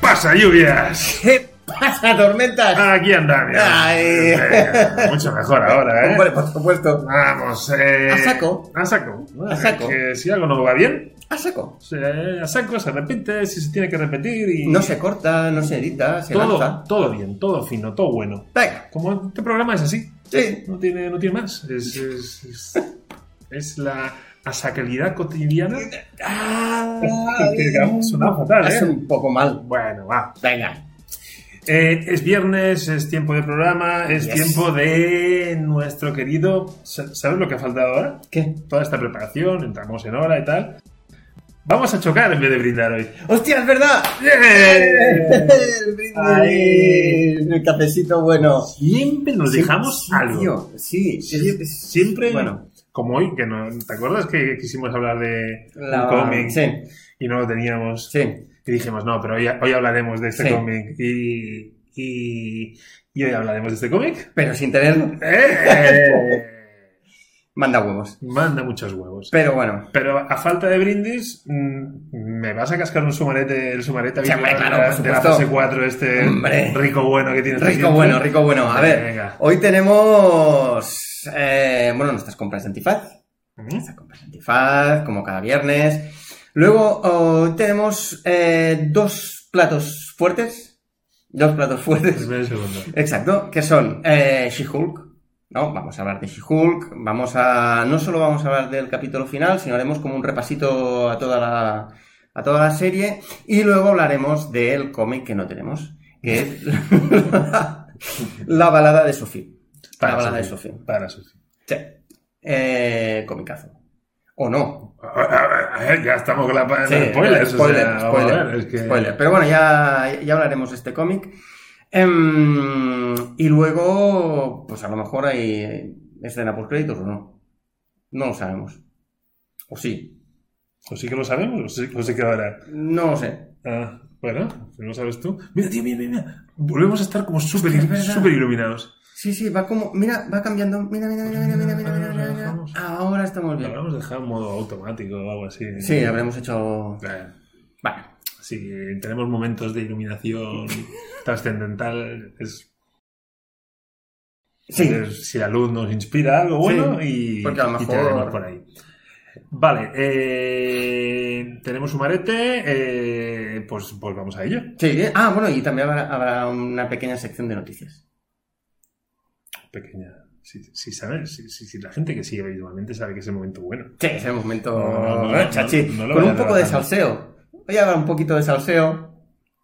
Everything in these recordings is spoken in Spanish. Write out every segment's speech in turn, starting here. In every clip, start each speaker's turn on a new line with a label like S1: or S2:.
S1: pasa, lluvias?
S2: ¿Qué pasa, tormentas?
S1: Aquí andamos.
S2: Ay.
S1: Eh, mucho mejor ahora, ¿eh?
S2: Hombre, por supuesto.
S1: Vamos, eh.
S2: A saco.
S1: A saco.
S2: A saco.
S1: Que si algo no va bien,
S2: A saco.
S1: se, a saco se repite, si se tiene que repetir y.
S2: No se corta, no se edita, se
S1: todo,
S2: lanza.
S1: todo bien, todo fino, todo bueno.
S2: Venga,
S1: Como este programa es así,
S2: sí.
S1: no tiene, no tiene más. Es, es, es, es la asacalidad cotidiana.
S2: Ah,
S1: que que sonaba fatal,
S2: hace
S1: ¿eh?
S2: un poco mal.
S1: Bueno, va.
S2: Venga.
S1: Eh, es viernes, es tiempo de programa, es
S2: Yes.
S1: tiempo de nuestro querido. Sa- ¿Sabes lo que ha faltado ahora?
S2: ¿Qué?
S1: Toda esta preparación, entramos en hora y tal. Vamos a chocar en vez de brindar hoy.
S2: ¡Hostia, es verdad!
S1: Eh, ¡Bien!
S2: El brindis,
S1: Ay.
S2: el cafecito bueno.
S1: Siempre nos
S2: Sí,
S1: dejamos
S2: sí,
S1: algo.
S2: tío, Sí,
S1: Sie-
S2: sí,
S1: Siempre,
S2: Bueno.
S1: como hoy, que no, ¿te acuerdas que quisimos hablar de
S2: La-
S1: un cómic
S2: Sí,
S1: y no lo teníamos?
S2: sí.
S1: Y dijimos, no, pero hoy, hoy hablaremos de este
S2: Sí.
S1: cómic y, y, y hoy hablaremos de este cómic.
S2: Pero sin tener,
S1: ¡Eh!
S2: manda huevos.
S1: Manda muchos huevos.
S2: Pero bueno.
S1: Pero a falta de brindis, mm, me vas a cascar un sumarete, el sumarete
S2: Sí, hombre,
S1: habitual
S2: claro,
S1: de la-
S2: por
S1: de la
S2: supuesto.
S1: fase 4, este
S2: Hombre.
S1: rico bueno que tienes.
S2: Rico
S1: siempre.
S2: bueno, rico bueno. A ver,
S1: Venga.
S2: hoy tenemos, eh, bueno, nuestras compras de antifaz.
S1: Mm,
S2: Nuestras compras de antifaz, como cada viernes. Luego oh, tenemos eh, dos platos fuertes. Dos platos fuertes.
S1: Espera un segundo.
S2: Exacto, que son eh, She-Hulk. No, vamos a hablar de She-Hulk. Vamos a. No solo vamos a hablar del capítulo final, sino haremos como un repasito a toda la. a toda la serie. Y luego hablaremos del cómic que no tenemos. Que es la, balada de Sophie.
S1: Para
S2: la balada de
S1: Sophie.
S2: Sophie.
S1: Para Sophie.
S2: Sí. Eh, comicazo. O no.
S1: A- a- a- a- Ya estamos con la pa-
S2: Sí, eh,
S1: los spoilers. o
S2: spoiler,
S1: sea, vamos
S2: spoiler,
S1: a ver, es que-
S2: spoiler. Pero bueno, ya, ya hablaremos de este cómic. Em, y luego, pues a lo mejor hay escena post créditos o no. No lo sabemos. O sí.
S1: O sí que lo sabemos, o sí, o sí que ahora.
S2: No lo sé.
S1: Ah, bueno, si no lo sabes tú. Mira, tío, mira, mira, mira. Volvemos a estar como súper
S2: Hostia, es verdad.
S1: súper iluminados.
S2: Sí, sí, va como. Mira, va cambiando. Mira, mira, mira, mira, mira, mira, mira, mira, mira.
S1: Vamos.
S2: Ahora estamos
S1: Lo
S2: bien.
S1: hemos dejado en modo automático o algo así.
S2: Sí, habremos hecho.
S1: Eh,
S2: Vale.
S1: Si tenemos momentos de iluminación trascendental, es,
S2: Sí.
S1: es si la luz nos inspira algo bueno y,
S2: porque a lo
S1: y
S2: mejor-
S1: tiraremos por ahí. Vale, eh, tenemos un arete, eh, pues, pues vamos a ello.
S2: Sí. Ah, bueno, y también habrá, habrá una pequeña sección de noticias.
S1: Pequeña. Si, si sabes, si, si- si la gente que sigue habitualmente sabe que es el momento bueno.
S2: Sí, es el momento. ¿eh?
S1: No, no, no, no,
S2: chachi.
S1: no lo
S2: con
S1: voy a
S2: un poco de
S1: rebajar.
S2: salseo. Voy a hablar un poquito de salseo. Un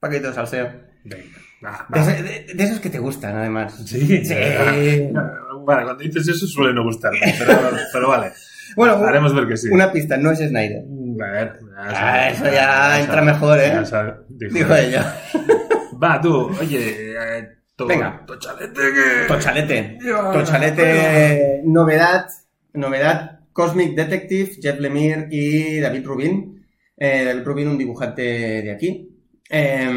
S2: poquito de salseo.
S1: Venga, va,
S2: De,
S1: va.
S2: ese- de- de esos que te gustan, además.
S1: Sí.
S2: Sí.
S1: Vale, cuando dices eso suele no gustarme, pero, pero vale.
S2: Bueno, un-
S1: Haremos ver que sí.
S2: una pista, no es Snyder.
S1: A ver, ya sabes,
S2: Ah, eso ya entra
S1: sabes,
S2: mejor, ¿eh?
S1: ya sabes, dijo.
S2: Dijo ella.
S1: Va, tú, oye, eh, to-
S2: Venga.
S1: tochalete que...
S2: Tochalete. Tochalete. Novedad. Novedad. Cosmic Detective, Jeff Lemire y David Rubin. Eh, David Rubin, un dibujante de aquí. Eh,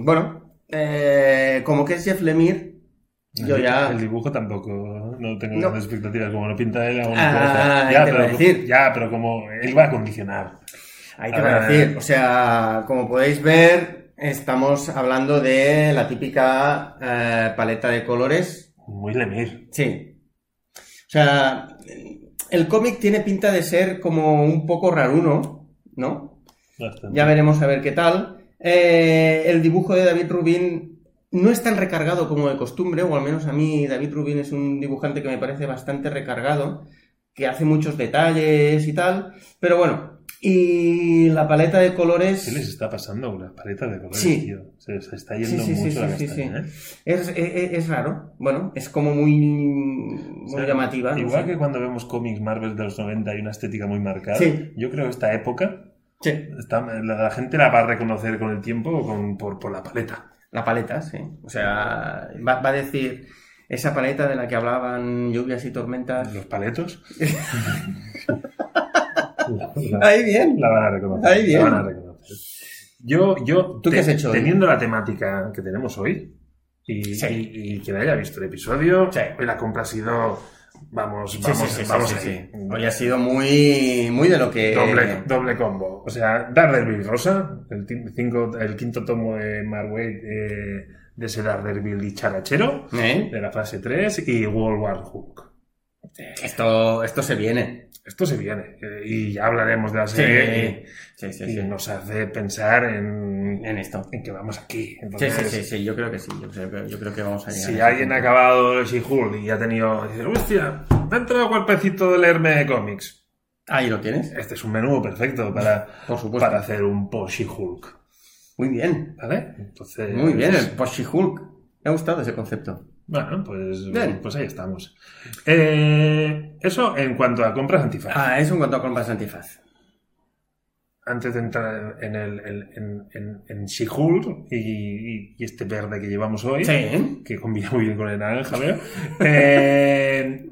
S2: bueno, eh, como que es Jeff Lemire, yo
S1: El-
S2: ya.
S1: El dibujo tampoco, no tengo
S2: No.
S1: grandes expectativas, como lo pinta él, hago
S2: Ah,
S1: una cosa.
S2: ahí
S1: Ya,
S2: te
S1: pero,
S2: iba a decir.
S1: ya, pero como él va a condicionar.
S2: Ahí
S1: A
S2: te voy a
S1: ver.
S2: decir, o sea, como podéis ver, estamos hablando de la típica eh, paleta de colores.
S1: Muy Lemir.
S2: Sí. O sea, el cómic tiene pinta de ser como un poco raruno, ¿no?
S1: bastante.
S2: Ya veremos a ver qué tal. Eh, el dibujo de David Rubin no es tan recargado como de costumbre, o al menos a mí David Rubin es un dibujante que me parece bastante recargado, que hace muchos detalles y tal, pero bueno. Y la paleta de colores...
S1: ¿Qué les está pasando con las paletas de colores,
S2: Sí.
S1: tío? Se, se está yendo
S2: Sí, sí, sí,
S1: mucho la
S2: sí, sí,
S1: castaña, ¿eh?
S2: Es, es- es- es raro. Bueno, es como muy, muy
S1: O sea,
S2: llamativa. no
S1: Igual
S2: sé.
S1: que cuando vemos cómics Marvel de los 90 y una estética muy marcada,
S2: Sí.
S1: yo creo que esta época
S2: Sí,
S1: Está- la, la gente la va a reconocer con el tiempo o con, por, por la paleta.
S2: la paleta, sí. O sea, va, va a decir esa paleta de la que hablaban lluvias y tormentas.
S1: Los paletos. la,
S2: Ahí bien.
S1: la van a reconocer.
S2: Ahí bien.
S1: la van a reconocer. Yo, yo
S2: ¿Tú qué has hecho hoy?
S1: teniendo la temática que tenemos hoy y,
S2: Sí.
S1: y- y quien haya visto el episodio,
S2: Sí.
S1: hoy la compra ha sido Vamos,
S2: Sí,
S1: vamos,
S2: sí, sí, sí,
S1: vamos
S2: sí,
S1: ahí.
S2: sí. Hoy ha sido muy, muy de lo que...
S1: Doble, doble combo. O sea, Daredevil Rosa, el, ti- cinco- el quinto tomo de Marwade eh, de ese Daredevil y charachero,
S2: ¿Eh?
S1: de la fase 3, y World War Hook.
S2: Esto, esto se viene.
S1: Esto se viene, eh, y ya hablaremos de la
S2: Sí,
S1: serie,
S2: sí,
S1: y,
S2: sí, sí.
S1: y nos hace pensar en,
S2: En esto.
S1: en que vamos aquí.
S2: Sí,
S1: Entonces,
S2: sí, sí, sí, yo creo que sí. Yo creo, yo creo que vamos a llegar.
S1: Si alguien ha acabado el She-Hulk y ha tenido... Dice, hostia, me ha entrado cuerpecito de leerme cómics.
S2: Ahí lo tienes,
S1: Este es un menú perfecto para,
S2: por supuesto.
S1: para hacer un post-She-Hulk.
S2: Muy bien,
S1: ¿Vale? Entonces...
S2: muy bien, el Poshi-Hulk. Me ha gustado ese concepto.
S1: Bueno, pues,
S2: Bien.
S1: pues ahí estamos. Eh, eso en cuanto a compras antifaz.
S2: Ah, eso en cuanto a compras de antifaz.
S1: Antes de entrar en el en, en, en- en She-Hulk y, y- y este verde que llevamos hoy,
S2: Sí, ¿eh?
S1: que combina muy bien con el naranja, veo. Eh,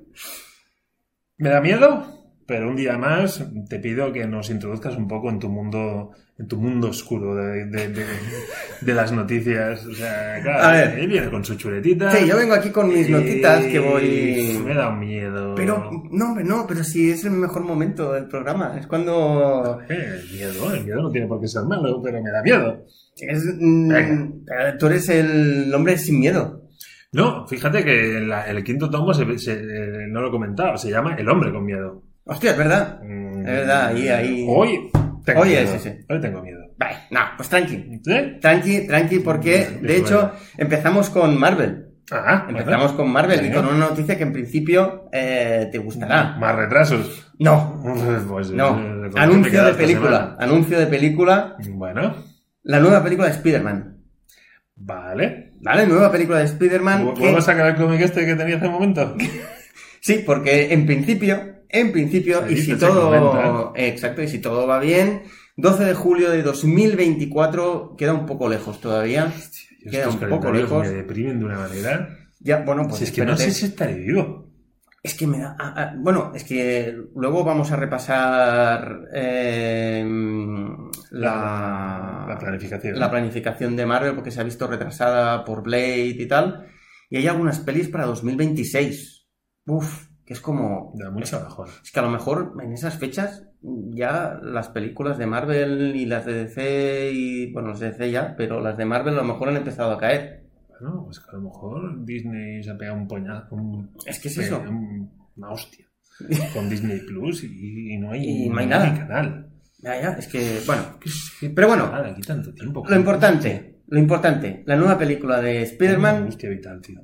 S1: me da miedo, pero un día más te pido que nos introduzcas un poco en tu mundo, en tu mundo oscuro de, de- de- de las noticias. O sea, claro,
S2: A ver.
S1: él viene con su chuletita.
S2: Sí, yo vengo aquí con mis
S1: Y-
S2: notitas que
S1: Me
S2: voy...
S1: da miedo.
S2: Pero, no, hombre, no, pero si es el mejor momento del programa. Es cuando...
S1: Eh, el miedo, el miedo no tiene por qué ser malo, pero me da miedo.
S2: Es, mm,
S1: Venga.
S2: tú eres el hombre sin miedo.
S1: No, fíjate que la- el quinto tomo se- se- eh, no lo he comentado, se llama El hombre con miedo.
S2: Hostia, es verdad.
S1: Mm,
S2: Es verdad, ahí- ahí-
S1: Hoy tengo
S2: Hoy
S1: miedo.
S2: es ese.
S1: Hoy tengo miedo.
S2: Vale, no, pues tranqui.
S1: ¿Eh?
S2: Tranqui, tranqui, porque
S1: Bien,
S2: de hecho
S1: bueno.
S2: empezamos con Marvel.
S1: Ah,
S2: Empezamos con Marvel y
S1: Venga.
S2: con una noticia que en principio eh, te gustará.
S1: Más retrasos.
S2: No,
S1: Pues, eh,
S2: no.
S1: ¿con qué me
S2: Anuncio
S1: quedo
S2: de
S1: esta
S2: película. Anuncio de película.
S1: semana? Bueno,
S2: La nueva película de Spider-Man.
S1: vale.
S2: ¿Vale? Nueva película de Spider-Man. que-
S1: ¿Puedo sacar el cómic este que tenía hace un momento?
S2: Sí, porque en principio, en principio,
S1: Se
S2: y
S1: dice,
S2: si
S1: se
S2: todo.
S1: comenta.
S2: eh, Exacto, y si todo va bien. 12 de julio de 2024, queda un poco lejos todavía.
S1: Yo
S2: Queda
S1: estos
S2: un poco
S1: calendarios
S2: lejos.
S1: Me deprimen de una manera.
S2: Ya, bueno, pues
S1: si es que no
S2: espérate.
S1: sé si estaré vivo.
S2: Es que me da. ah, ah, bueno, es que luego vamos a repasar eh, la,
S1: La planificación.
S2: Ah, la planificación de Marvel porque se ha visto retrasada por Blade y tal. Y hay algunas pelis para 2026. Uf, que es como.
S1: Da mucho mejor.
S2: Es que a lo mejor en esas fechas ya las películas de Marvel y las de DC y. Bueno, las de DC ya, pero las de Marvel a lo mejor han empezado a caer.
S1: Bueno, pues que a lo mejor Disney se ha pegado un poñazo. un-
S2: Es que es eso.
S1: un- una hostia. Con Disney Plus y, y no hay,
S2: Y no hay nada.
S1: canal.
S2: Ya, ya, es que. Eh, Bueno.
S1: ¿Qué es- qué
S2: Pero bueno.
S1: putada, aquí tanto tiempo.
S2: Lo importante, lo importante, la nueva película de
S1: Una
S2: Spider-Man
S1: angustia vital, tío.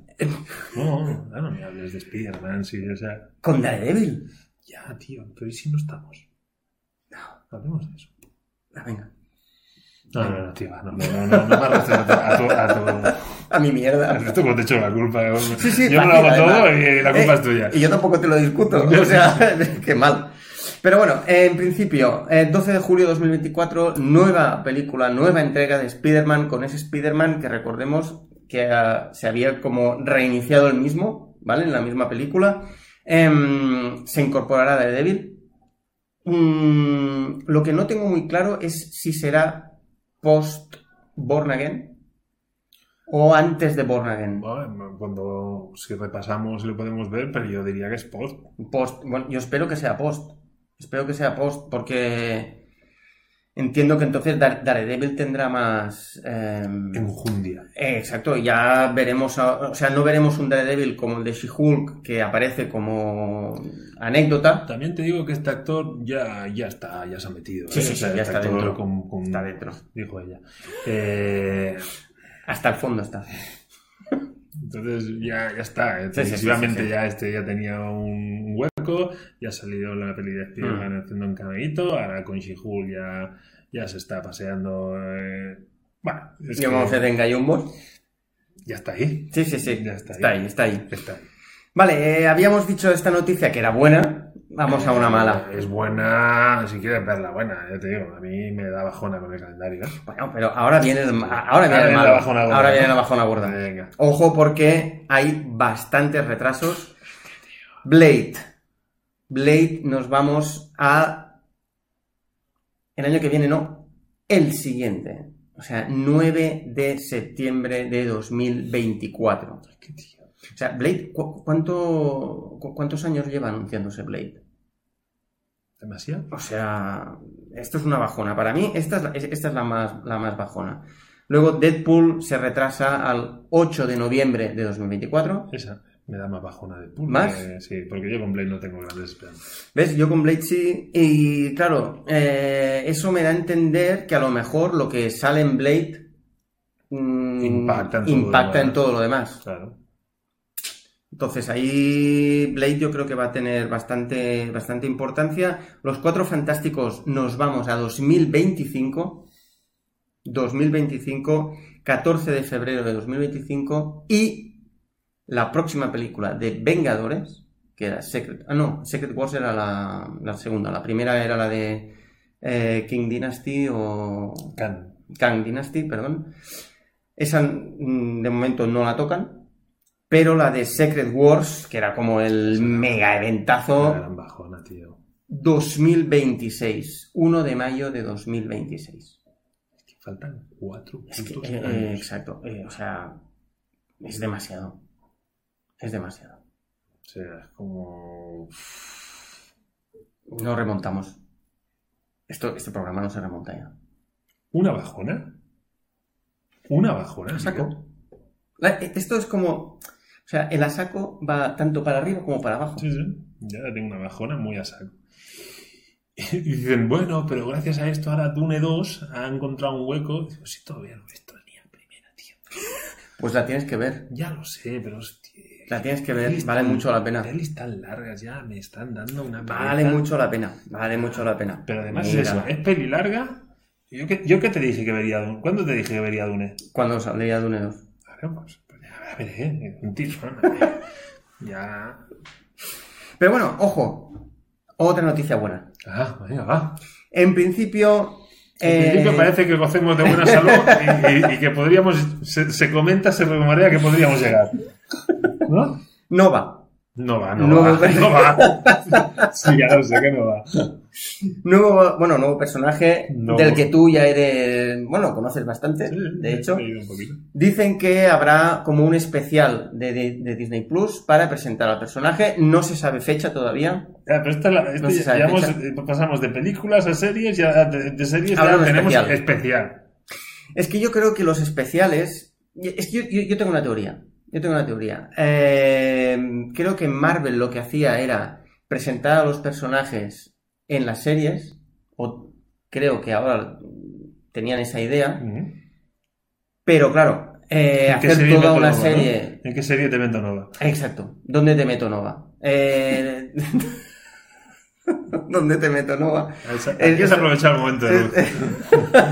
S1: No, no, no me hables de Spider-Man, sí, o sea.
S2: con Daredevil.
S1: Ya, tío, pero ¿y si no estamos? No. Hablemos de eso.
S2: Ah, venga.
S1: No, no, no, tío, va, no, no, no, no, no me arrastres a tu, a tu, a tu-
S2: A mi mierda.
S1: Tú no te echo la culpa.
S2: Sí, sí,
S1: yo me lo
S2: tranquila,
S1: hago todo
S2: además.
S1: y la culpa
S2: Eh,
S1: es tuya.
S2: Y yo tampoco te lo discuto, o sea, qué mal. Pero bueno, eh, en principio, eh, 12 de julio de 2024, nueva película, nueva entrega de Spider-Man con ese Spider-Man que recordemos que ah, se había como reiniciado el mismo, ¿vale? En la misma película. Em, se incorporará Daredevil, Mm, lo que no tengo muy claro es si será post Born Again o antes de Born Again.
S1: Bueno, cuando si repasamos lo podemos ver, pero yo diría que es post.
S2: Post, bueno, yo espero que sea post. Espero que sea post porque entiendo que entonces Dar- Daredevil tendrá más... em,
S1: Enjundia.
S2: Eh, Exacto, ya veremos, a- o sea, no veremos un Daredevil como el de She-Hulk que aparece como anécdota.
S1: También te digo que este actor ya, ya está, ya se ha metido.
S2: Sí,
S1: ¿eh?
S2: sí,
S1: O sea,
S2: sí,
S1: este
S2: ya está
S1: actor
S2: dentro.
S1: con- con-
S2: Está dentro,
S1: Dijo ella. Eh,
S2: hasta el fondo está.
S1: Entonces ya, ya está.
S2: sí, sí,
S1: Definitivamente
S2: sí, sí.
S1: ya este ya tenía un hueco, ya ha salido la peli de Spider-Man
S2: Mm.
S1: haciendo un cameíto, ahora con She-Hulk ya, ya se está paseando. eh, Bueno, es que
S2: Llamamos Eden Gallumbos.
S1: ya está ahí.
S2: Sí, sí, sí,
S1: Ya está
S2: está
S1: ahí.
S2: ahí, está ahí.
S1: Está ahí.
S2: Vale, eh, habíamos dicho esta noticia que era buena. Vamos a una mala.
S1: Es buena, si quieres verla buena, ya te digo, a mí me da bajona con el calendario. ¿eh?
S2: Bueno, pero ahora viene el, ma- ahora viene
S1: Ahora
S2: el
S1: viene
S2: malo.
S1: la bajona gorda.
S2: Ahora viene la bajona gorda.
S1: Venga.
S2: Ojo porque hay bastantes retrasos. Blade. Blade nos vamos a... El año que viene no. El siguiente. O sea, 9 de septiembre de 2024.
S1: Es que, tío,
S2: O sea, Blade, ¿cu- cuánto, cu- ¿cuántos años lleva anunciándose Blade?
S1: Demasiado.
S2: O sea, esto es una bajona. Para mí, esta es la, es- esta es la, más, la más bajona. Luego, Deadpool se retrasa al 8 de noviembre de 2024.
S1: Esa me da más bajona de pool.
S2: ¿Más?
S1: que- sí, porque yo con Blade no tengo grandes esperanzas.
S2: ¿Ves? Yo con Blade sí. Y claro, eh, eso me da a entender que a lo mejor lo que sale en Blade mm,
S1: Impacta en todo
S2: impacta
S1: lo
S2: en
S1: demás.
S2: todo lo demás.
S1: Claro.
S2: Entonces ahí Blade yo creo que va a tener bastante, bastante importancia. Los cuatro fantásticos nos vamos a 2025. 2025, 14 de febrero de 2025. Y la próxima película de Vengadores, que era Secret. Ah, no, Secret Wars era la, la segunda. La primera era la de eh, King Dynasty o.
S1: Can.
S2: Kang Dynasty, perdón. Esa mm, de momento no la tocan, pero la de Secret Wars, que era como el
S1: Sí.
S2: mega
S1: Una
S2: eventazo,
S1: gran bajona, tío.
S2: 2026, 1 de mayo de 2026.
S1: Es que faltan cuatro
S2: Es que,
S1: putos
S2: eh, eh,
S1: años.
S2: exacto, eh, o sea, es demasiado. Es demasiado.
S1: O sea, es como.
S2: No remontamos. Esto, este programa no se remonta ya.
S1: ¿Una bajona? ¿Una bajona?
S2: A saco. La- Esto es como. O sea, el asaco va tanto para arriba como para abajo.
S1: tío? Sí, sí. Ya tengo una bajona muy a saco. Y dicen, bueno, pero gracias a esto ahora Dune 2 ha encontrado un hueco. Digo, sí, todavía no he visto ni en primera, tío.
S2: Pues la tienes que ver.
S1: Ya lo sé, pero hostia.
S2: La tienes que
S1: pelis
S2: ver, vale
S1: tan-
S2: mucho la pena.
S1: Pelis tan largas ya me están dando una
S2: Vale
S1: pereza.
S2: mucho la pena, vale mucho la pena.
S1: Pero además es
S2: Mírala.
S1: eso, es peli larga. ¿Yo qué, yo qué te dije que vería Dune? ¿Cuándo te dije que vería Dune?
S2: Cuando saldría Dune 2.
S1: Haremos. Pues ya, a ver, eh, un tirón. a ver. ya.
S2: Pero bueno, ojo, otra noticia buena.
S1: Ah, venga, va.
S2: En principio...
S1: En
S2: eh,
S1: principio parece que gocemos de buena salud y, y- y que podríamos. Se, se comenta, se rumorea que podríamos llegar. ¿No?
S2: No va.
S1: No va, no,
S2: No,
S1: va.
S2: pero-
S1: No va. Sí, ya lo sé que no va.
S2: Nuevo, bueno, nuevo personaje
S1: No.
S2: del que tú ya eres... Bueno, conoces bastante,
S1: Sí,
S2: de hecho.
S1: he leído un poquito.
S2: Dicen que habrá como un especial de, de- de Disney Plus para presentar al personaje. No se sabe fecha todavía.
S1: Ya, pero esta, la- este
S2: No se
S1: ya-
S2: sabe,
S1: ya hemos-
S2: fecha.
S1: eh, pasamos de películas a series, ya de, de series
S2: Ahora
S1: ya
S2: un
S1: tenemos
S2: especial.
S1: especial.
S2: Es que yo creo que los especiales. Es que yo, yo- yo tengo una teoría. Yo tengo una teoría. Eh, creo que Marvel lo que hacía era presentar a los personajes en las series. O creo que ahora tenían esa idea.
S1: Ujú.
S2: Pero claro, eh,
S1: ¿En qué
S2: hacer
S1: serie
S2: toda
S1: meto
S2: una
S1: Nova, no?
S2: serie.
S1: ¿En qué serie te meto nueva?
S2: Exacto. ¿Dónde te meto Nova? Eh, ¿Dónde te meto Nova?
S1: Hay que
S2: esa-
S1: aprovechar el momento de luz.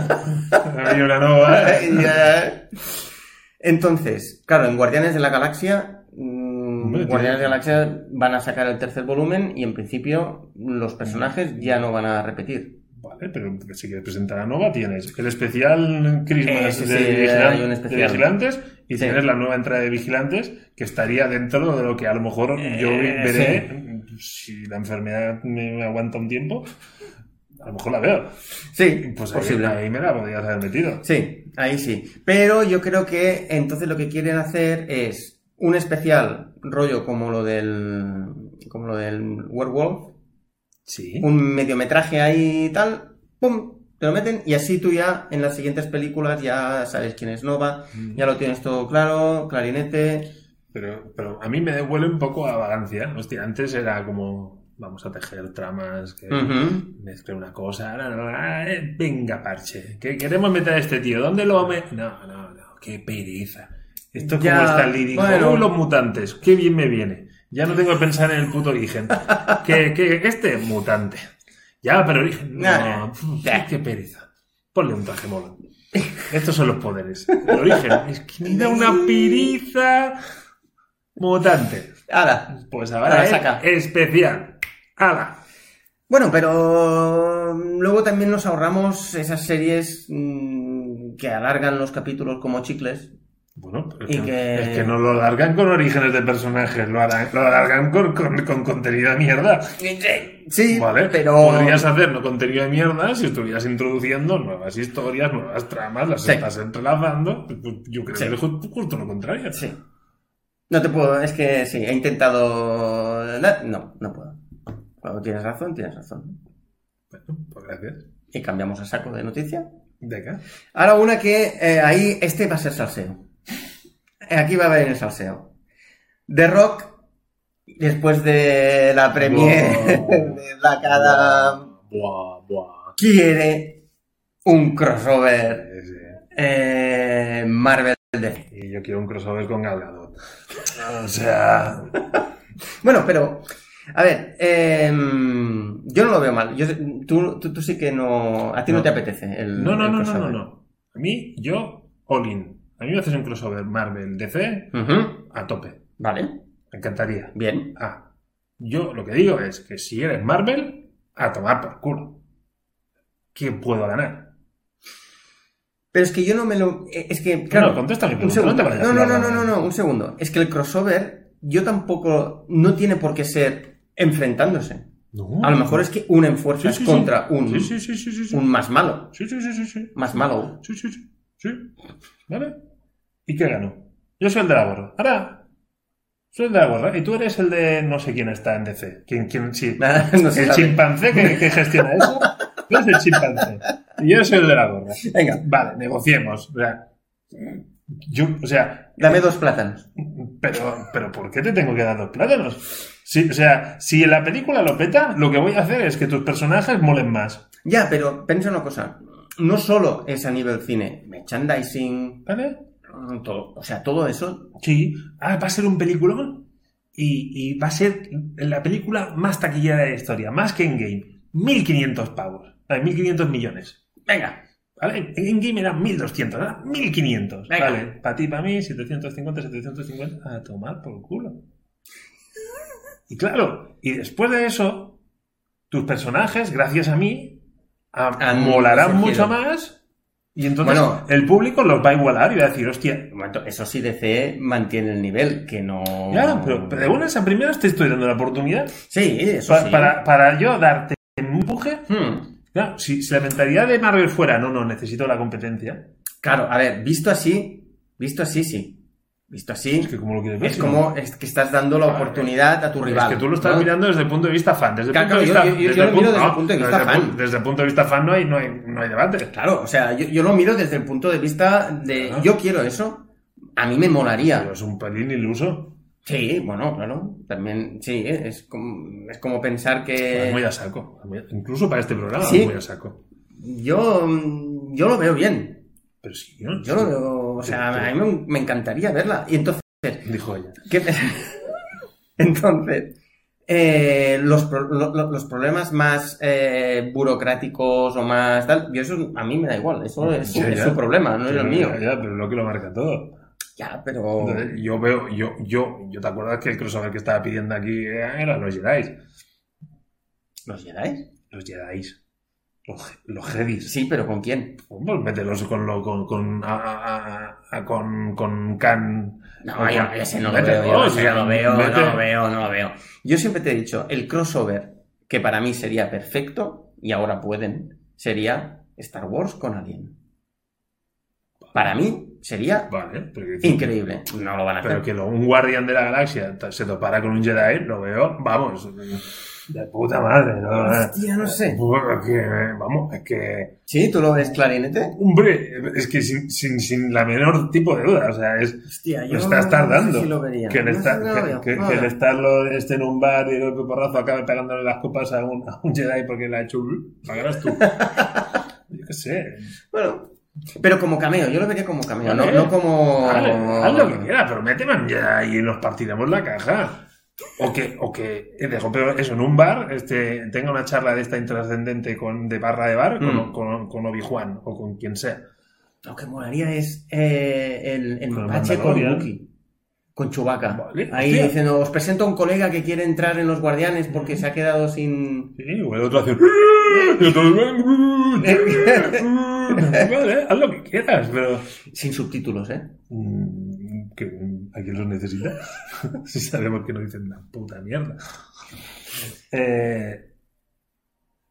S1: Ha habido una nova. ¿eh?
S2: Ya. Entonces, claro, en Guardianes de la Galaxia, mm,
S1: Hombre, tío.
S2: Guardianes de la Galaxia van a sacar el tercer volumen y en principio los personajes ya no van a repetir.
S1: Vale, pero si quieres presentar a Nova, tienes el especial Christmas
S2: Eh, sí,
S1: de,
S2: sí,
S1: Vigilan-
S2: hay un
S1: de
S2: especial.
S1: Vigilantes y
S2: Sí.
S1: tienes la nueva entrada de Vigilantes que estaría dentro de lo que a lo mejor yo
S2: Eh,
S1: veré si la enfermedad me aguanta un tiempo. A lo mejor la veo.
S2: Sí,
S1: Pues ahí,
S2: posible.
S1: ahí me la podrías haber metido.
S2: Sí, ahí sí. Pero yo creo que entonces lo que quieren hacer es un especial rollo como lo del como lo del Werewolf,
S1: Sí.
S2: un mediometraje ahí y tal, pum, te lo meten y así tú ya en las siguientes películas ya sabes quién es Nova, Ya lo tienes todo claro, clarinete.
S1: Pero, pero a mí me devuelve un poco a Valencia. Hostia, antes era como vamos a tejer tramas que
S2: Ujú.
S1: mezcle una cosa, la, la, la, eh, venga, parche, que queremos meter a este tío, ¿dónde lo me...? No, no, no, qué pereza. Esto es
S2: Ya,
S1: como está el lírico.
S2: bueno.
S1: "Uy, los mutantes, qué bien me viene. Ya no tengo que pensar en el puto origen. que, que, que este es mutante. Ya, pero origen.
S2: Nah.
S1: No, pf, qué pereza. Ponle un traje mono. Estos son los poderes. El origen. Es que me da una piriza. Mutante.
S2: Ala.
S1: Pues
S2: Ahora
S1: ahora es
S2: saca.
S1: especial. ¡Hala!
S2: Bueno, pero mm, luego también nos ahorramos esas series mm, que alargan los capítulos como chicles.
S1: Bueno, pero
S2: Y
S1: es, que,
S2: que-
S1: es que no lo alargan con orígenes de personajes, lo, harán- lo alargan con, con- con contenido de mierda.
S2: Sí,
S1: Vale,
S2: pero...
S1: podrías hacerlo contenido de mierda si estuvieras introduciendo nuevas historias, nuevas tramas, las
S2: Sí.
S1: estás entrelazando. Yo creo
S2: Sí.
S1: que es ju- justo lo contrario.
S2: Sí. No te puedo, es que sí, he intentado. eh, No, no puedo. Cuando tienes razón, tienes razón.
S1: Bueno, pues gracias.
S2: Y cambiamos a saco de noticia.
S1: De acá.
S2: Ahora una que eh, ahí, este va a ser salseo. Eh, Aquí va a venir el salseo. The Rock, después de la premiere
S1: Wow.
S2: de Black Adam,
S1: Buah, buah.
S2: quiere un crossover
S1: Sí, sí.
S2: eh, Marvel. DC.
S1: Y yo quiero un crossover con Gal Gadot. O sea,
S2: Bueno, pero, a ver, em, yo no lo veo mal. Yo, tú, tú, tú sí que no. A ti no,
S1: No.
S2: te apetece el.
S1: No, no,
S2: el
S1: no, no, no,
S2: crossover.
S1: no. A mí, yo, Olin. A mí me haces un crossover Marvel DC
S2: Ujú,
S1: a tope.
S2: Vale,
S1: Me encantaría.
S2: bien.
S1: Ah, yo lo que digo es que si eres Marvel, a tomar por culo. ¿Qué puedo ganar?
S2: Pero es que yo no me lo. eh, Es que,
S1: Claro,
S2: claro.
S1: contesta mi
S2: un
S1: pregunta.
S2: segundo.
S1: te vayas
S2: No,
S1: a
S2: no, no,
S1: la-
S2: no, no, no, un segundo. Es que el crossover, yo tampoco. No tiene por qué ser enfrentándose.
S1: No.
S2: A lo mejor es que unen
S1: Sí,
S2: fuerzas
S1: sí, sí.
S2: contra un,
S1: Sí, sí, sí, sí, sí. sí.
S2: un más malo.
S1: Sí, sí, sí, sí, sí.
S2: Más malo.
S1: Sí, sí, sí. Sí. ¿Vale? ¿Y qué ganó? Yo soy el de la gorra. Ahora, soy el de la gorra. Y tú eres el de no sé quién está en DC. ¿Quién, quién, sí?
S2: No se
S1: El
S2: sabe.
S1: chimpancé que, que gestiona eso. Tú eres el chimpancé. Y yo soy el de la gorra.
S2: Venga,
S1: Vale, negociemos. O sea, yo, o sea,
S2: dame dos plátanos.
S1: pero, pero ¿por qué te tengo que dar dos plátanos? Si- o sea, si en la película lo peta, lo que voy a hacer es que tus personajes molen más.
S2: Ya, pero piensa una cosa. No solo es a nivel cine, merchandising,
S1: ¿Vale?
S2: mm, todo. O sea, todo eso.
S1: Sí. Ah, va a ser un peliculón y, y va a ser la película más taquillera de la historia, más que Endgame. 1.500 pavos. Vale, 1.500 millones.
S2: Venga,
S1: ¿Vale? En Endgame eran 1.200, ahora 1.500.
S2: Venga.
S1: Vale, para ti, para mí, 750, 750, a tomar por culo. Y claro, y después de eso, tus personajes, gracias a mí, a-
S2: Han
S1: molarán
S2: surgido.
S1: mucho más. Y entonces
S2: Bueno.
S1: el público los va a igualar y va a decir, hostia,
S2: de momento, eso sí, DC mantiene el nivel, que no.
S1: Ya, pero, pero de buenas a primeras te estoy dando la oportunidad
S2: Sí, Oh. eso
S1: pa-
S2: sí.
S1: para, para yo darte un empuje.
S2: Hmm.
S1: Claro, si, si la mentalidad de Marvel fuera, no, no, necesito la competencia.
S2: Claro, a ver, visto así, visto así, sí. Visto así,
S1: Es que como lo quieres ver.
S2: es
S1: si
S2: como es que estás dando la
S1: Claro,
S2: oportunidad a tu
S1: no-
S2: rival.
S1: Es que tú lo estás
S2: ¿no?
S1: mirando desde el punto de vista fan. Desde el
S2: Claro,
S1: punto de
S2: claro,
S1: vista,
S2: yo- yo- yo
S1: desde el
S2: lo miro
S1: punto-
S2: desde el
S1: no,
S2: punto de
S1: desde
S2: vista
S1: el pu-
S2: fan.
S1: Desde el punto de vista fan no hay, no hay, no hay debate.
S2: Claro, o sea, yo, yo lo miro desde el punto de vista de
S1: Claro.
S2: yo quiero eso, a mí me
S1: Pero
S2: molaría.
S1: es un pelín iluso.
S2: Sí, bueno, claro, también, sí, eh, es como, es como pensar
S1: Es Pues muy
S2: que...
S1: a saco. Muy a- Incluso para este programa
S2: Eh. ¿sí?
S1: es muy a saco.
S2: Yo, mm, yo lo veo bien,
S1: Pero sí, ¿no?
S2: yo lo veo, o sea, a mí me, me encantaría verla. Y entonces,
S1: Dijo ella.
S2: ¿qué- entonces eh, los, pro- lo- lo- los problemas más eh, burocráticos o más tal, yo eso a mí me da igual, eso es,
S1: Ya,
S2: es
S1: ya.
S2: su problema, no es
S1: Pero-
S2: el mío. Oh.
S1: ya, pero lo que lo marca todo.
S2: Ya, pero...
S1: Entonces, yo veo, yo, yo, yo te acuerdas que el crossover que estaba pidiendo aquí era los Jedi.
S2: ¿Los Jedi?
S1: Los Jedi. Los, Je- los Jedi.
S2: Sí, pero ¿con quién?
S1: Pues mételos con lo, con, con, a, a- a- a- con, con Khan.
S2: No, yo, yo ese no lo
S1: Vete,
S2: veo, yo
S1: vamos,
S2: ese no lo veo,
S1: vete.
S2: no lo veo, no lo veo. Yo siempre te he dicho, el crossover que para mí sería perfecto, y ahora pueden, sería Star Wars con Alien. Para mí sería
S1: Vale, pero,
S2: increíble. No lo van a
S1: pero
S2: hacer.
S1: que lo- un guardián de la galaxia ta- se topara con un Jedi, lo veo, vamos, de puta madre. ¿no?
S2: Hostia, no sé.
S1: Bueno, que, vamos, es que
S2: ¿Sí? ¿Tú lo ves clarinete?
S1: Hombre, es que sin, sin, sin la menor tipo de duda, o sea, es
S2: Hostia, yo
S1: Lo estás tardando.
S2: No sé si lo vería.
S1: que el,
S2: No sé
S1: estar,
S2: si lo veo.
S1: que, que-
S2: No
S1: que
S2: lo
S1: el
S2: veo.
S1: estarlo esté en un bar y el porrazo acabe pegándole las copas a un, a un Jedi porque le ha hecho "Uh, pagarás tú. Yo qué sé.
S2: Bueno, pero como cameo, yo lo vería como cameo, no,
S1: Vale.
S2: no como...
S1: Vale, haz lo que quieras, pero méteme un Jedi y nos partiremos la caja. O que, o que eh, dejo pero eso en un bar, este, tenga una charla de esta intrascendente con, de barra de bar con,
S2: Mm.
S1: con, con Obi-Juan o con quien sea.
S2: Lo que molaría es eh, el, el
S1: Con el
S2: mapache con
S1: Mandalorian.
S2: Wookiee. Con Chewbacca.
S1: Vale,
S2: Ahí
S1: hostia.
S2: diciendo, os presento a un colega que quiere entrar en los guardianes porque se ha quedado sin...
S1: Sí, o el otro hace. "Ah", Y otro. Vale, haz lo que quieras, pero.
S2: Sin subtítulos, ¿eh?
S1: Mm, que, ¿A quién los necesita? si sabemos que no dicen una puta mierda. Eh,